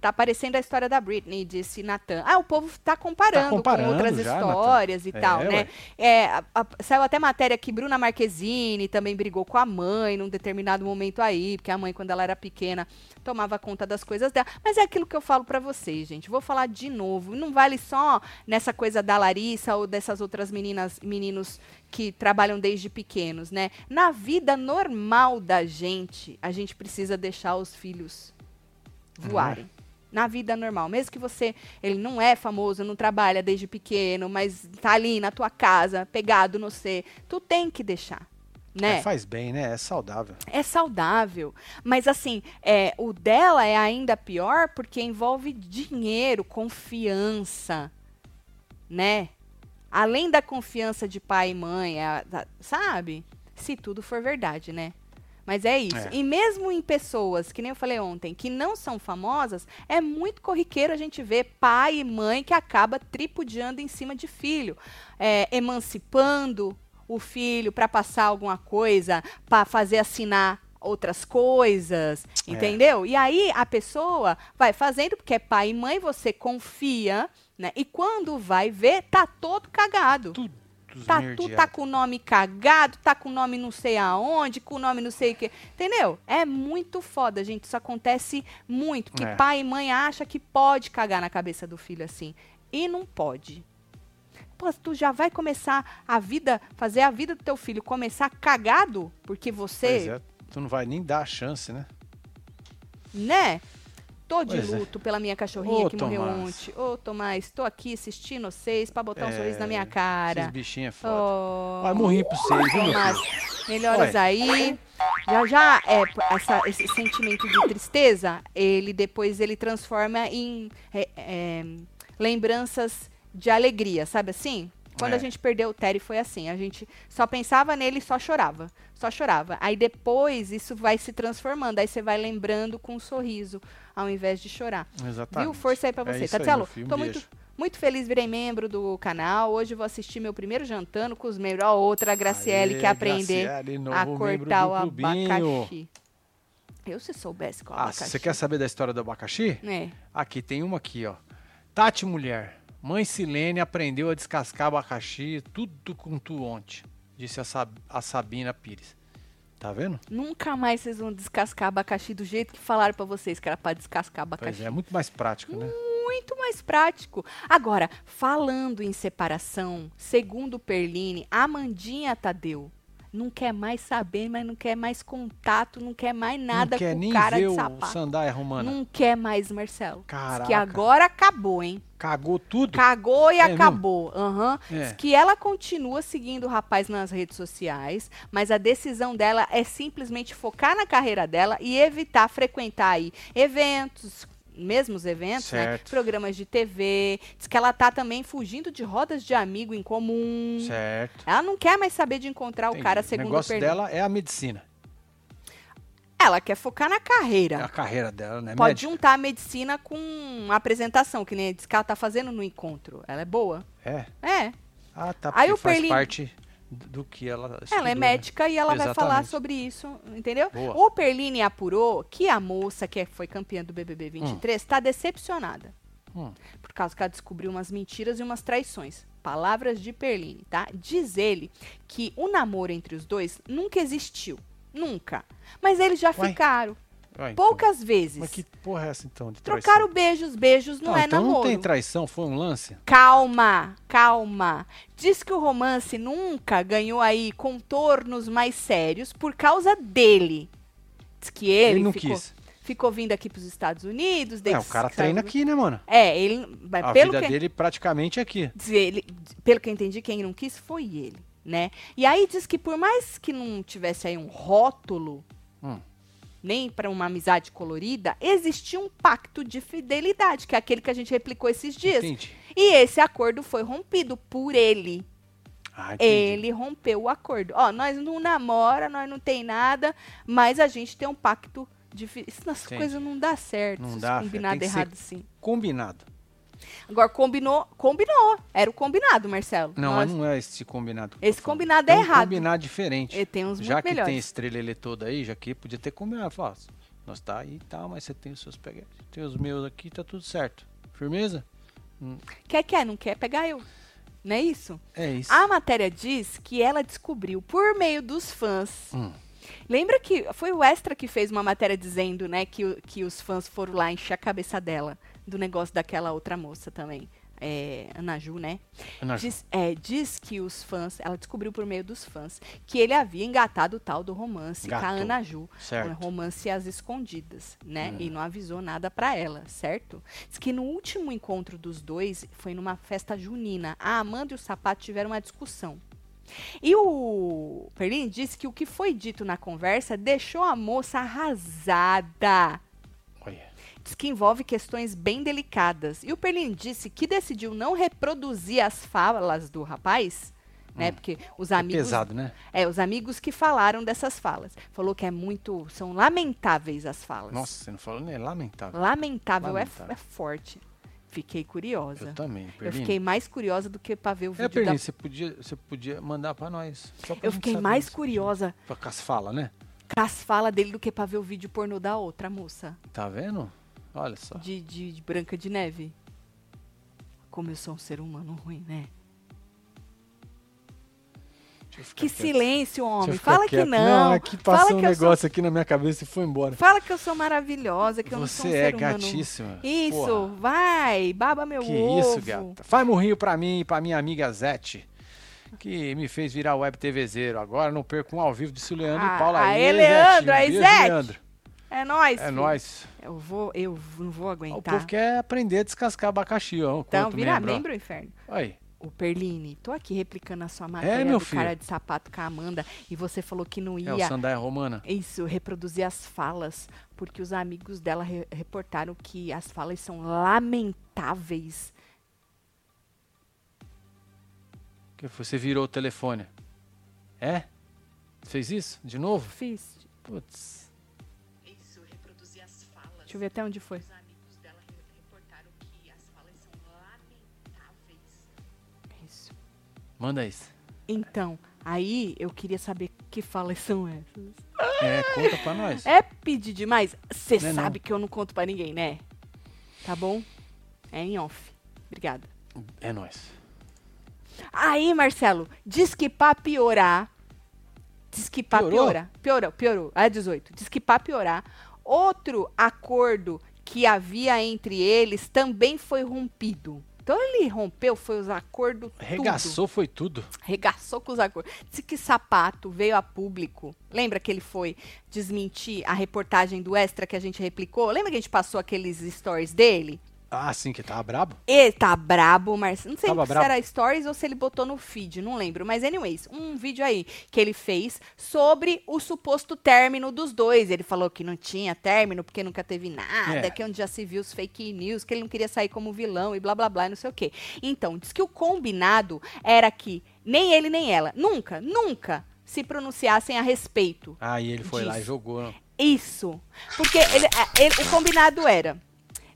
S1: Tá aparecendo a história da Britney, disse Natan. Ah, o povo tá comparando,
S2: Tá comparando
S1: com outras
S2: já,
S1: histórias e
S2: É,
S1: tal,
S2: ué.
S1: né? É, a- a- saiu até matéria que Bruna Marquezine também brigou com a mãe num determinado momento aí, porque a mãe, quando ela era pequena, tomava conta das coisas dela. Mas é aquilo que eu falo pra vocês, gente. Vou falar de novo. Não vale só nessa coisa da Larissa ou dessas outras meninas, meninos que trabalham desde pequenos, né? Na vida normal da gente, a gente precisa deixar os filhos voarem. Na vida normal, mesmo que você, ele não é famoso, não trabalha desde pequeno, mas tá ali na tua casa, pegado no você, tu tem que deixar, né?
S2: É, faz bem, né? É saudável.
S1: É saudável. Mas assim, é, o dela é ainda pior porque envolve dinheiro, confiança, né? Além da confiança de pai e mãe, é a- da- sabe? Se tudo for verdade, né? Mas é isso.
S2: É.
S1: E mesmo em pessoas, que nem eu falei ontem, que não são famosas, é muito corriqueiro a gente ver pai e mãe que acaba tripudiando em cima de filho, é, emancipando o filho para passar alguma coisa, para fazer assinar outras coisas,
S2: É.
S1: entendeu? E aí a pessoa vai fazendo porque é pai e mãe, você confia, né? E quando vai ver, tá todo cagado.
S2: Tudo
S1: Tá, tu
S2: esmerdeado.
S1: tá com o nome cagado, tá com o nome não sei aonde, com o nome não sei o que. Entendeu? É muito foda, gente. Isso acontece muito. Que
S2: É.
S1: pai e mãe acha que pode cagar na cabeça do filho assim. E não pode. Pô, tu já vai começar a vida, fazer a vida do teu filho começar cagado, porque
S2: Pois
S1: você,
S2: é, tu não vai nem dar a chance, né?
S1: né? Tô de
S2: Pois é.
S1: luto pela minha cachorrinha
S2: Ô,
S1: que morreu
S2: Tomás.
S1: ontem. Ô, Tomás, tô aqui assistindo vocês pra botar um
S2: É,
S1: sorriso na minha
S2: Esses
S1: cara.
S2: bichinhos é foda.
S1: Oh.
S2: Vai morrer pra vocês, viu, meu
S1: Mas
S2: filho?
S1: melhoras
S2: Ué.
S1: aí. Já já é, p- essa- esse sentimento de tristeza, ele depois ele transforma em é, é, lembranças de alegria, sabe assim? Quando a
S2: É.
S1: gente perdeu o Terry foi assim, a gente só pensava nele e só chorava, só chorava. Aí depois isso vai se transformando, aí você vai lembrando com um sorriso, ao invés de chorar.
S2: Exatamente.
S1: Viu? Força aí pra
S2: É
S1: você.
S2: isso aí,
S1: Tatielo,
S2: meu filho, um
S1: tô
S2: beijo.
S1: muito, Muito feliz, virei membro do canal. Hoje vou assistir meu primeiro jantando com os membros. Ó, outra a Graciele
S2: Aê,
S1: que aprender
S2: Graciele, novo
S1: a
S2: membro
S1: cortar
S2: do
S1: o
S2: clubinho.
S1: abacaxi. Eu se soubesse qual é
S2: Ah,
S1: abacaxi.
S2: você quer saber da história do abacaxi?
S1: É.
S2: Aqui tem uma aqui, ó. Tati Mulher. Mãe Silene aprendeu a descascar abacaxi tudo com tu ontem, disse a, Sab- a Sabina Pires. Tá vendo?
S1: Nunca mais vocês vão descascar abacaxi do jeito que falaram pra vocês que era pra descascar
S2: Pois
S1: abacaxi. Hum,
S2: é, é muito mais prático, né?
S1: Muito mais prático. Agora, falando em separação, segundo Perline, a Mandinha Tadeu não quer mais saber, mas não quer mais contato, não quer mais nada
S2: Não quer
S1: com
S2: nem
S1: cara
S2: ver
S1: de
S2: o
S1: sapato. Hum.
S2: sandália romana.
S1: Não quer mais, Marcelo. Diz que
S2: Caraca.
S1: agora acabou, hein?
S2: Cagou tudo.
S1: Cagou e
S2: É mesmo?
S1: acabou. Aham.
S2: É.
S1: Diz que ela continua seguindo o rapaz nas redes sociais, mas a decisão dela é simplesmente focar na carreira dela e evitar frequentar aí eventos, mesmos eventos, né?
S2: Certo.
S1: Programas de TV. Diz que ela tá também fugindo de rodas de amigo em comum.
S2: Certo.
S1: Ela não quer mais saber de encontrar o
S2: Entendi.
S1: cara
S2: o
S1: segundo o
S2: negócio
S1: Perlin.
S2: dela é a medicina.
S1: Ela quer focar na
S2: É a
S1: carreira.
S2: carreira dela, né?
S1: Então, Pode
S2: médica?
S1: juntar a medicina com a apresentação, que nem diz que ela tá fazendo no encontro. Ela é boa.
S2: É.
S1: É.
S2: Ah, tá.
S1: Aí
S2: porque
S1: o
S2: faz
S1: Perlin-
S2: parte do que ela estudou,
S1: Ela
S2: né?
S1: é médica e ela vai falar
S2: Exatamente.
S1: sobre isso, entendeu?
S2: Boa.
S1: O Perline apurou que a moça que é, foi campeã do BBB 23 está tá decepcionada.
S2: Hum.
S1: Por causa que ela descobriu umas mentiras e umas traições. Palavras de Perline, tá? Diz ele que o namoro entre os dois nunca existiu. Nunca. Mas eles já
S2: Uai.
S1: ficaram.
S2: Ah, então.
S1: Poucas vezes.
S2: Mas que porra é essa então? De traição?
S1: Trocaram beijos, beijos não
S2: Ah,
S1: é
S2: então
S1: namoro.
S2: não tem traição, foi um lance?
S1: Calma, calma. Diz que o romance nunca ganhou aí contornos mais sérios por causa dele. Diz que ele,
S2: Ele não
S1: ficou,
S2: quis.
S1: ficou vindo aqui pros Estados Unidos.
S2: É,
S1: desde
S2: o cara
S1: que
S2: treina
S1: saiu do-
S2: aqui, né, mano?
S1: É, ele, mas
S2: A
S1: pelo
S2: vida
S1: que
S2: dele praticamente é aqui.
S1: diz ele, pelo que eu entendi, quem não quis foi ele, né? E aí diz que por mais que não tivesse aí um rótulo,
S2: Hum.
S1: nem para uma amizade colorida, existia um pacto de fidelidade, que é aquele que a gente replicou esses dias.
S2: Entendi.
S1: E esse acordo foi rompido por ele.
S2: Ah, entendi.
S1: Ele rompeu o acordo. Ó, nós não namora, nós não tem nada, mas a gente tem um pacto de fi- Isso, essas
S2: Entendi.
S1: coisas não dá certo.
S2: Não
S1: esses
S2: dá, Fê,
S1: combinado
S2: tem que ser-
S1: errado sim.
S2: Combinado.
S1: Agora combinou, combinou. Era o combinado, Marcelo.
S2: Não,
S1: Nós-
S2: não é esse combinado. que eu tô
S1: Esse
S2: falando.
S1: combinado
S2: Tem
S1: é
S2: um
S1: errado.
S2: combinado diferente.
S1: E tem uns
S2: já
S1: muito
S2: que
S1: melhores.
S2: tem estrela ele toda aí, já que podia ter combinado. Falar, ó, nós tá aí e tal, mas você tem os seus peguetes, tem os meus aqui, tá tudo certo. Firmeza?
S1: Quer, quer, não quer, pegar eu. Não é isso?
S2: É isso.
S1: A matéria diz que ela descobriu por meio dos fãs.
S2: Hum.
S1: Lembra que foi o Extra que fez uma matéria dizendo, né, que, o- que os fãs foram lá encher a cabeça dela do negócio daquela outra moça também. É, Ana Ju, né?
S2: Ana Ju.
S1: Diz, é, diz que os fãs, ela descobriu por meio dos fãs, que ele havia engatado o tal do romance com a
S2: Engatou.
S1: Ana Ju.
S2: Certo. Hum.
S1: Um romance às escondidas, né? E não avisou nada pra ela, certo? Diz que no último encontro dos dois, foi numa festa junina. A Amanda e o Sapato tiveram uma discussão. E o Perlin disse que o que foi dito na conversa deixou a moça arrasada.
S2: Olha.
S1: Diz que envolve questões bem delicadas. E o Perlin disse que decidiu não reproduzir as falas do rapaz, né? Porque os
S2: É
S1: amigos
S2: pesado, né?
S1: é, os amigos que falaram dessas falas. Falou que é muito. São lamentáveis as falas.
S2: Nossa, você não falou, né? Lamentável.
S1: Lamentável, é-
S2: Lamentável.
S1: É, forte. Fiquei
S2: Eu
S1: curiosa.
S2: também,
S1: Eu,
S2: Perlini.
S1: fiquei mais curiosa do que pra ver o vídeo
S2: É, Perlini,
S1: da.
S2: você, tá podia, você podia mandar pra nós. só pra
S1: Eu
S2: gente
S1: fiquei
S2: saber
S1: mais
S2: isso.
S1: curiosa
S2: Pra com as fala, né?
S1: com as falas dele do que pra ver o vídeo pornô da outra moça.
S2: Tá vendo? Olha só.
S1: De, de- de Branca de Neve. Como eu sou um ser humano ruim, né?
S2: Deixa eu ficar
S1: Que
S2: quieto.
S1: silêncio,
S2: Deixa eu
S1: homem.
S2: ficar
S1: Fala que
S2: quieto.
S1: não.
S2: é que passou
S1: Fala
S2: um
S1: que eu sou-
S2: negócio aqui na minha cabeça e foi embora.
S1: Fala que eu sou maravilhosa, que eu não sou um
S2: Você
S1: ser
S2: é
S1: humano.
S2: gatíssima.
S1: Isso,
S2: Porra,
S1: vai, baba meu
S2: que
S1: ovo.
S2: isso, gata. Faz morrinho pra mim e pra minha amiga Zete, que me fez virar web TV zero. Agora não perco um ao vivo de Suleandro
S1: Ah,
S2: e Paula.
S1: aê,
S2: Zete,
S1: Leandro,
S2: um
S1: aí,
S2: beijo,
S1: Zete.
S2: Leandro.
S1: É nóis.
S2: É
S1: filho.
S2: nóis. Ah,
S1: Eu vou, eu v- não vou
S2: O
S1: aguentar.
S2: povo quer aprender a descascar abacaxi, ó.
S1: então,
S2: Então,
S1: vira
S2: membro. ó.
S1: membro, inferno.
S2: Aí.
S1: O Perline, tô aqui replicando a sua matéria
S2: É, meu
S1: do
S2: filho.
S1: cara de sapato com a Amanda e você falou que não
S2: É o
S1: ia
S2: sandália romana.
S1: isso, reproduzir as falas, porque os amigos dela re- reportaram que as falas são lamentáveis.
S2: Que você virou o telefone. É? Fez isso? De novo?
S1: Fiz.
S2: Putz.
S1: Deixa eu ver até onde foi.
S2: Manda isso.
S1: Então, aí eu queria saber que falas são essas.
S2: É, conta pra nós.
S1: É pedir demais? Você
S2: Não é
S1: sabe que eu não conto pra ninguém, né? Tá bom? É em off. Obrigada.
S2: É nós.
S1: Aí, Marcelo, diz que pra piorar. Diz que pra
S2: Piorou?
S1: piorar. Piorou, piorou. É 18. Diz que pra piorar. Outro acordo que havia entre eles também foi rompido. Então ele rompeu, foi os acordos. tudo.
S2: Regaçou foi tudo.
S1: Regaçou com os acordos. Disse que sapato veio a público. Lembra que ele foi desmentir a reportagem do Extra que a gente replicou? Lembra que a gente passou aqueles stories dele?
S2: Ah, sim, que tava brabo?
S1: Ele tá brabo, Marcelo. Não sei
S2: Tava
S1: se
S2: brabo.
S1: era stories ou se ele botou no feed, não lembro. Mas, anyways, um vídeo aí que ele fez sobre o suposto término dos dois. Ele falou que não tinha término porque nunca teve nada,
S2: É.
S1: que onde já se viu os fake news, que ele não queria sair como vilão e blá blá blá, e não sei o quê. Então, diz que o combinado era que nem ele nem ela nunca, nunca se pronunciassem a respeito.
S2: Aí ele foi lá Ah, e
S1: Diz.
S2: jogou. né? não.
S1: Isso. Porque ele- a- ele- o combinado era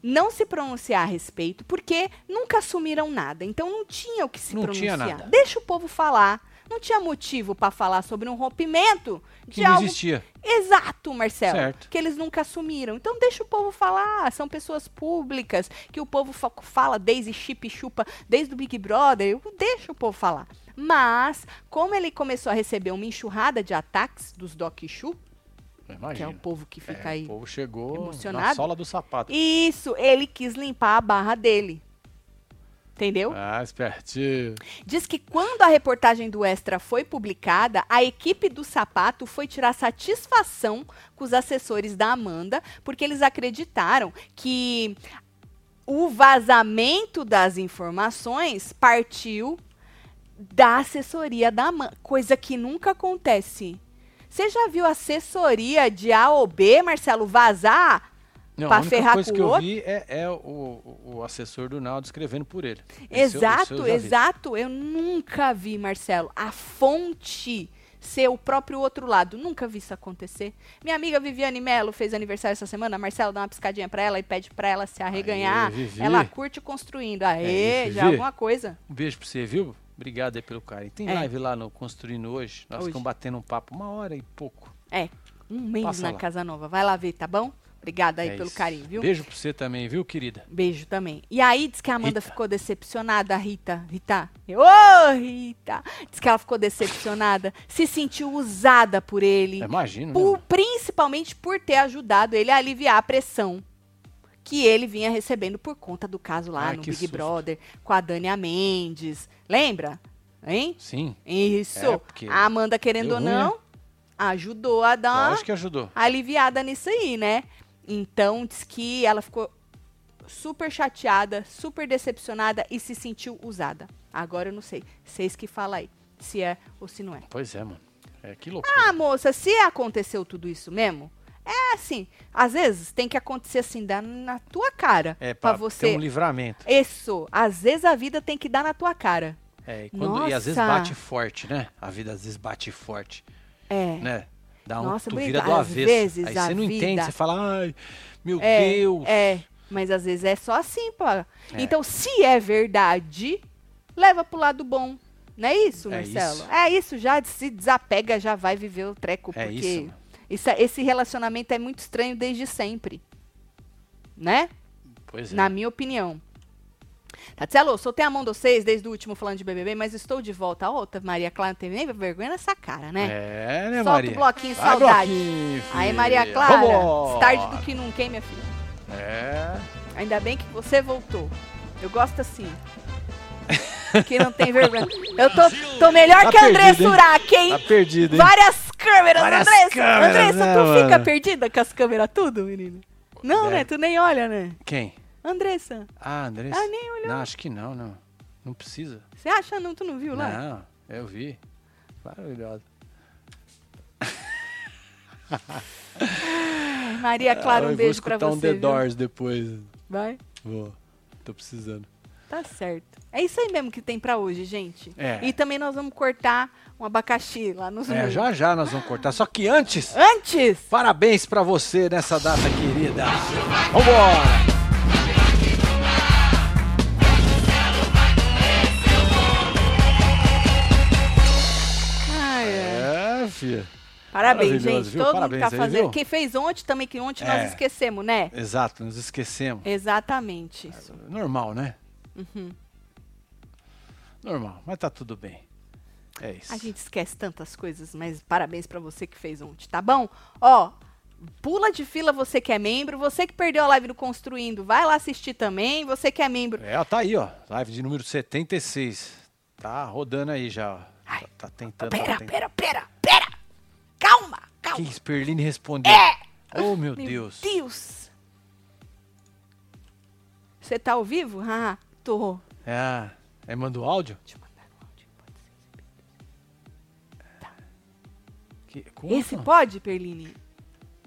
S1: não se pronunciar a respeito, porque nunca assumiram nada. Então não tinha o que se
S2: Não tinha
S1: pronunciar.
S2: nada.
S1: Deixa o povo falar. Não tinha motivo para falar sobre um rompimento de
S2: Que não
S1: algo
S2: existia.
S1: Exato, Marcelo.
S2: Certo.
S1: Que eles nunca assumiram. Então deixa o povo falar. São pessoas públicas que o povo fa- fala desde chip e chupa, desde o Big Brother. Eu- Deixa o povo falar. Mas, como ele começou a receber uma enxurrada de ataques dos Doc Chu,
S2: Eu
S1: que é o
S2: Imagino.
S1: povo que fica
S2: É,
S1: aí.
S2: o povo chegou na
S1: emocionado.
S2: sola do sapato.
S1: Isso, ele quis limpar a barra dele. Entendeu?
S2: Ah, espertinho.
S1: Diz que quando a reportagem do Extra foi publicada, a equipe do sapato foi tirar satisfação com os assessores da Amanda, porque eles acreditaram que o vazamento das informações partiu da assessoria da Amanda, coisa que nunca acontece. Você já viu assessoria de A ou B, Marcelo, vazar
S2: Não,
S1: Pra
S2: a única
S1: ferrar
S2: coisa
S1: com
S2: que
S1: o
S2: eu
S1: outro?
S2: vi é, é o, o- o assessor do Naldo escrevendo por ele. Esse é eu- esse
S1: Exato,
S2: eu já vi.
S1: exato. Eu nunca vi, Marcelo, a fonte ser o próprio outro lado. Nunca vi isso acontecer. Minha amiga Viviane Melo fez aniversário essa semana. Marcelo dá uma piscadinha pra ela e pede pra ela se arreganhar.
S2: Vivi.
S1: ela curte construindo. Aê,
S2: É isso,
S1: já
S2: Vivi.
S1: alguma coisa.
S2: Um beijo pra você, viu? Obrigado aí pelo cara. E tem
S1: É.
S2: live lá no Construindo hoje. Nós
S1: Hoje.
S2: ficamos batendo um papo uma hora e pouco.
S1: É, um mês
S2: Passa
S1: na
S2: lá.
S1: Casa Nova. Vai lá ver, tá bom? Obrigada aí
S2: É
S1: pelo
S2: isso.
S1: carinho, viu?
S2: Beijo pra você também, viu, querida?
S1: Beijo também. E aí diz que a Amanda
S2: Rita.
S1: ficou decepcionada, a Rita. Rita. Ô, Rita! Diz que ela ficou decepcionada, se sentiu usada por
S2: É
S1: ele.
S2: Imagina,
S1: Por-
S2: né?
S1: principalmente por ter ajudado ele a aliviar a pressão que ele vinha recebendo por conta do caso lá
S2: Ah,
S1: no
S2: que
S1: Big
S2: susto.
S1: Brother com a Dania Mendes. Lembra? Hein?
S2: Sim,
S1: Isso.
S2: É, porque
S1: a Amanda, querendo
S2: deu
S1: ou
S2: ruim, né?
S1: não, ajudou a dar uma
S2: lógico que ajudou.
S1: aliviada nisso aí, né? Então, diz que ela ficou super chateada, super decepcionada e se sentiu usada. Agora eu não sei. Vocês que falam aí, se é ou se não é.
S2: Pois é, mano. É, que
S1: Ah,
S2: loucura.
S1: moça, se aconteceu tudo isso mesmo, é assim, às vezes tem que acontecer assim, dar na tua cara.
S2: é
S1: pra,
S2: pra, ter
S1: você.
S2: um livramento.
S1: Isso, às vezes a vida tem que dar na tua cara.
S2: É, e, quando- e às vezes
S1: Nossa.
S2: bate forte, né? A vida às vezes bate forte,
S1: É.
S2: né? Dá um,
S1: Nossa,
S2: tu
S1: bonito.
S2: vira do
S1: Às
S2: avesso.
S1: vezes
S2: Aí
S1: a
S2: você não entende,
S1: vida-
S2: você fala, ai, meu
S1: É,
S2: Deus.
S1: É, mas às vezes é só assim, pô. Então, se é verdade, leva pro lado bom. Não é isso,
S2: É
S1: Marcelo?
S2: isso.
S1: É isso, já se desapega, já vai viver o treco,
S2: É
S1: porque
S2: isso, mano.
S1: isso- esse relacionamento é muito estranho desde sempre. Né?
S2: Pois é.
S1: Na minha opinião. Tá, Tatielo, soltei a mão de vocês desde o último falando de BBB, mas estou de volta. Ô, Tata Maria Clara, não teve nem vergonha nessa cara, né?
S2: É, né,
S1: Solta
S2: Maria?
S1: o bloquinho,
S2: Vai,
S1: saudade.
S2: bloquinho,
S1: Aí,
S2: filha.
S1: Maria Clara,
S2: Vambora.
S1: tarde do que nunca, hein, minha filha?
S2: É,
S1: Ainda bem que você voltou. Eu gosto
S2: <laughs>
S1: assim. Que não tem vergonha. Eu tô, tô melhor
S2: Tá
S1: que a André
S2: perdido, hein?
S1: Surak, hein?
S2: tá perdido, hein?
S1: Várias câmeras,
S2: Várias
S1: Andressa.
S2: câmeras,
S1: Andressa,
S2: né,
S1: tu
S2: mano?
S1: fica perdida com as câmeras tudo, menina? Não,
S2: É.
S1: né? Tu nem olha, né?
S2: Quem?
S1: Andressa,
S2: Ah, Andressa.
S1: Ah, nem
S2: olhou. Não, acho que não, não. Não precisa.
S1: você acha não? Tu não viu lá?
S2: Não, eu vi. Maravilhosa.
S1: Maria Clara,
S2: Ah,
S1: um
S2: eu
S1: beijo
S2: vou
S1: pra
S2: escutar
S1: você.
S2: um The
S1: viu?
S2: Doors depois.
S1: Vai,
S2: Vou. Tô precisando.
S1: tá certo. É isso aí mesmo que tem pra hoje, gente.
S2: É.
S1: E também nós vamos cortar um abacaxi lá nos
S2: É,
S1: meus.
S2: já já nós vamos cortar. Só que antes,
S1: Antes!
S2: parabéns pra você nessa data querida. Vambora! Sofia.
S1: Parabéns,
S2: Ah, é. Maravilhoso,
S1: gente.
S2: viu?
S1: Todo
S2: Parabéns
S1: mundo que
S2: aí,
S1: tá fazendo.
S2: viu?
S1: Quem fez ontem também, que ontem
S2: É.
S1: nós esquecemos, né?
S2: Exato, nos esquecemos.
S1: Exatamente. Isso.
S2: Normal, né?
S1: Uhum.
S2: Normal, mas tá tudo bem. É isso.
S1: A gente esquece tantas coisas, mas parabéns pra você que fez ontem, tá bom? Ó, pula de fila você que é membro, você que perdeu a live do Construindo, vai lá assistir também, você que é membro.
S2: É, ó, tá aí, ó. Live de número 76. Tá rodando aí já, ó. Tá, tá tentando. tá
S1: Pera,
S2: tentando.
S1: pera, pera, pera! Calma, calma.
S2: Quem Sperline respondeu? Oh, meu, Deus.
S1: É! Deus. Você tá ao vivo? Ah, tô.
S2: É, é, manda o áudio?
S1: Deixa eu mandar um áudio. pode ser.
S2: Que- como?
S1: Esse pode, Perline?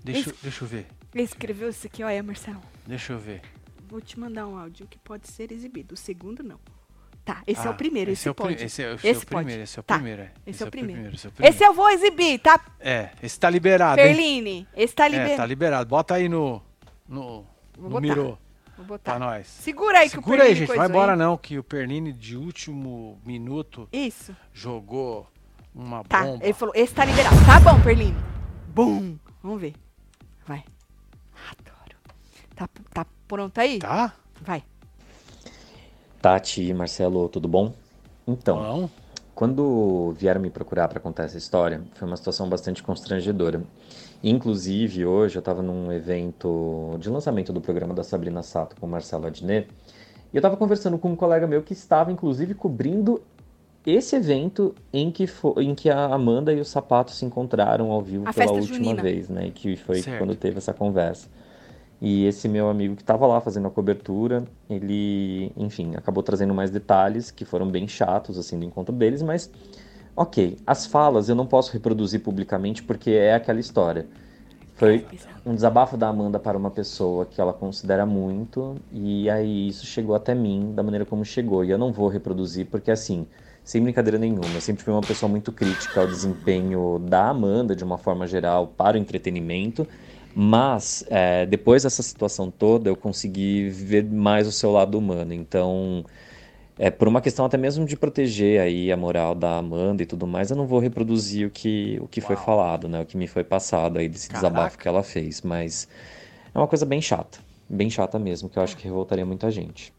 S2: Deixa, eu- deixa eu ver.
S1: Ele escreveu isso aqui, olha, Marcelo.
S2: Deixa eu ver.
S1: Vou te mandar um áudio que pode ser exibido. O segundo, não. Tá, esse é
S2: Ah,
S1: o primeiro, esse,
S2: é o pri-
S1: pode.
S2: Esse é, esse é
S1: pode.
S2: o primeiro, esse é o
S1: Tá,
S2: primeiro. é.
S1: Esse é o primeiro.
S2: Esse é o primeiro.
S1: Esse eu vou exibir, tá,
S2: É, esse tá liberado, hein?
S1: Perline? Esse tá liberado.
S2: É, tá liberado. Bota aí no. No,
S1: Vou
S2: no
S1: botar.
S2: mirô.
S1: Vou botar.
S2: Pra nós.
S1: Segura aí que o
S2: Tá Segura
S1: Perline
S2: aí, gente. Vai
S1: coisou,
S2: embora
S1: hein?
S2: não, que o Pernini de último minuto
S1: Isso.
S2: jogou uma
S1: Tá,
S2: bomba.
S1: ele falou, esse tá liberado. Tá bom, Perline. Bum. Vamos ver. Vai. Adoro. Tá, tá pronto aí?
S2: Tá?
S1: Vai.
S5: Tati, Marcelo, tudo bom? Então,
S2: Não.
S5: quando vieram me procurar para contar essa história, foi uma situação bastante constrangedora. Inclusive, hoje eu estava num evento de lançamento do programa da Sabrina Sato com o Marcelo Adnet, e eu estava conversando com um colega meu que estava, inclusive, cobrindo esse evento em que, fo- em que a Amanda e o Sapato se encontraram ao vivo
S1: A
S5: pela
S1: festa
S5: última
S1: junina.
S5: vez, né? E que foi
S2: Certo.
S5: quando teve essa conversa. E esse meu amigo que estava lá fazendo a cobertura, ele, enfim, acabou trazendo mais detalhes que foram bem chatos, assim, do encontro deles, mas ok. As falas eu não posso reproduzir publicamente porque é aquela história. Foi um desabafo da Amanda para uma pessoa que ela considera muito, e aí isso chegou até mim da maneira como chegou, e eu não vou reproduzir porque, assim, sem brincadeira nenhuma, eu sempre fui uma pessoa muito crítica ao desempenho da Amanda, de uma forma geral, para o entretenimento. Mas é, depois dessa situação toda, eu consegui ver mais o seu lado humano. Então, é, por uma questão até mesmo de proteger aí a moral da Amanda e tudo mais, eu não vou reproduzir o que, o que foi
S2: Uau.
S5: falado, né? O que me foi passado aí desse
S2: Caraca.
S5: desabafo que ela fez. Mas é uma coisa bem chata, bem chata mesmo, que eu acho que revoltaria muita gente.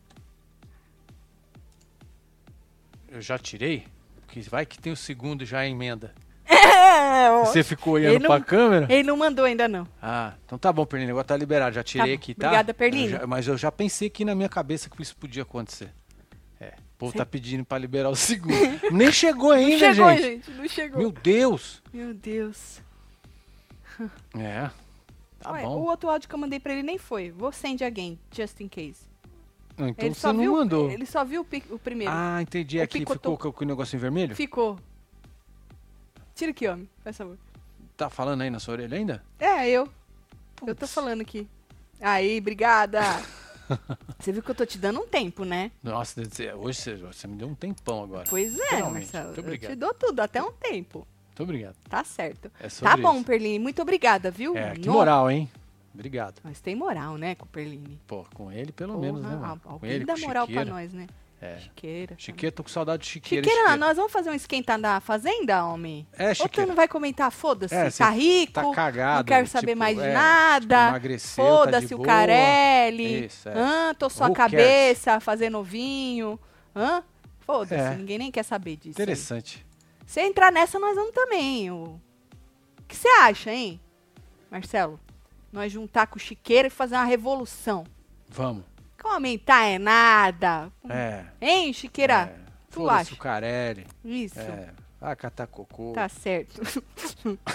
S2: Eu já tirei. Porque vai que tem o segundo já em emenda.
S1: É, ó.
S2: Você ficou
S1: Ele
S2: olhando
S1: não-
S2: pra câmera?
S1: Ele não mandou ainda, não.
S2: Ah, então tá bom, Pernini. Agora tá liberado. Já tirei
S1: bom.
S2: aqui, tá?
S1: Obrigada, Perline.
S2: Eu já- mas eu já pensei aqui na minha cabeça que isso podia acontecer. É. O povo tá pedindo pra liberar o segundo. <laughs> Nem chegou
S1: Não
S2: ainda,
S1: chegou,
S2: gente.
S1: gente. Não chegou.
S2: Meu
S1: Meu,
S2: Deus.
S1: Deus.
S2: É. Tá
S1: Ué, O
S2: bom.
S1: outro áudio que eu mandei pra ele nem foi. Vou send again, just in case.
S2: Não, então
S1: ele
S2: você
S1: só
S2: não
S1: viu,
S2: mandou.
S1: Ele só viu o, pi- o primeiro.
S2: Ah, entendi.
S1: O
S2: Aqui
S1: picotô.
S2: ficou com com o negócio em vermelho?
S1: Ficou. Tira aqui, homem, faz favor.
S2: Tá falando aí na sua orelha ainda?
S1: É, eu. Eu tô falando aqui. Aí,
S2: <laughs>
S1: obrigada. Você viu que eu tô te dando um tempo, né?
S2: Nossa, deve ser- hoje você, você me deu um tempão agora.
S1: Pois é,
S2: Finalmente.
S1: Marcelo.
S2: Muito
S1: Eu
S2: obrigado.
S1: te dou tudo, até um tempo.
S2: Muito obrigado.
S1: Tá certo.
S2: É
S1: tá
S2: sobre
S1: bom,
S2: isso.
S1: Perline. Muito obrigada, viu?
S2: É, que
S1: No-
S2: moral, hein? Obrigado.
S1: Mas tem moral, né, com o Perline.
S2: Pô, com ele pelo menos, né?
S1: Porra,
S2: mano?
S1: al-
S2: Com
S1: alguém
S2: ele,
S1: dá
S2: com
S1: moral
S2: Chiqueira.
S1: pra nós, né?
S2: É.
S1: Chiqueira. tá
S2: Chiqueira, tô com saudade de
S1: bom.
S2: Chiqueira.
S1: Chiqueira, nós vamos fazer um esquenta na fazenda, homem?
S2: É,
S1: Ou tu
S2: Chiqueira.
S1: não vai comentar, foda-se,
S2: É,
S1: tá
S2: cê
S1: rico,
S2: tá cagado,
S1: não quero saber
S2: tipo,
S1: mais de
S2: é,
S1: nada,
S2: tipo, emagreceu, tá de
S1: foda-se o
S2: boa.
S1: Carelli,
S2: Isso, é.
S1: hã, tô só a
S2: Who cares?
S1: cabeça, fazendo vinho, hã? Foda-se,
S2: É.
S1: ninguém nem quer saber disso. aí.
S2: Interessante.
S1: Se entrar nessa, nós vamos também. O que você acha, hein, Marcelo? Nós juntar com o Chiqueiro e fazer uma revolução.
S2: Vamos.
S1: Que aumentar é nada.
S2: É.
S1: Hein, Chiqueira?
S2: é.
S1: Hum. Tá. tu
S2: Foda-se
S1: acha?
S2: o Carelli.
S1: Isso.
S2: É. Ah, catar cocô.
S1: Tá certo. <laughs>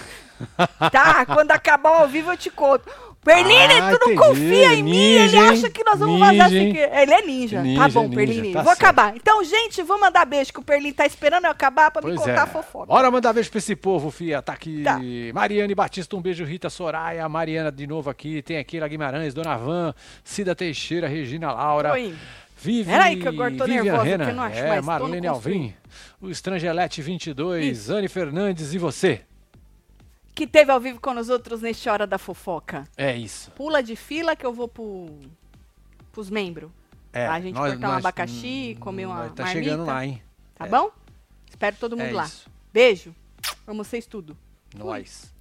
S1: tá, quando acabar ao vivo eu te conto. Perline,
S2: Ah,
S1: tu não
S2: entendi.
S1: confia em mim, ele
S2: Ninja, hein?
S1: acha que nós vamos
S2: Ninja,
S1: vazar sem
S2: hein?
S1: querer. Ele é ninja. tá
S2: Ninja,
S1: bom,
S2: ninja,
S1: Perline.
S2: tá
S1: Vou
S2: certo.
S1: acabar. Então, gente, vou mandar beijo que o Perline tá esperando eu acabar pra me
S2: Pois
S1: contar
S2: é.
S1: a fofoca.
S2: Bora mandar beijo pra esse povo, Fia. Tá aqui
S1: Tá.
S2: Mariane Batista, um beijo, Rita Soraya, Mariana de novo aqui. Tem aqui La Guimarães, Dona Van, Cida Teixeira, Regina Laura.
S1: Tô indo.
S2: Vivi,
S1: Peraí que agora tô
S2: Vivian
S1: nervosa,
S2: Renan,
S1: porque eu não acho
S2: é,
S1: mais, tô no
S2: Marlene Alvim, o Estrangelete 22, Anne Fernandes e você.
S1: Que teve ao vivo com os outros neste Hora da Fofoca.
S2: É isso.
S1: Pula de fila que eu vou pro... pros membros.
S2: É,
S1: a gente
S2: nós-
S1: cortar um
S2: nós-
S1: abacaxi, comer uma
S2: nós Tá
S1: marmita.
S2: chegando lá, hein?
S1: Tá bom? Espero todo mundo
S2: É
S1: lá.
S2: isso.
S1: Beijo. Amo vocês tudo.
S2: Nós.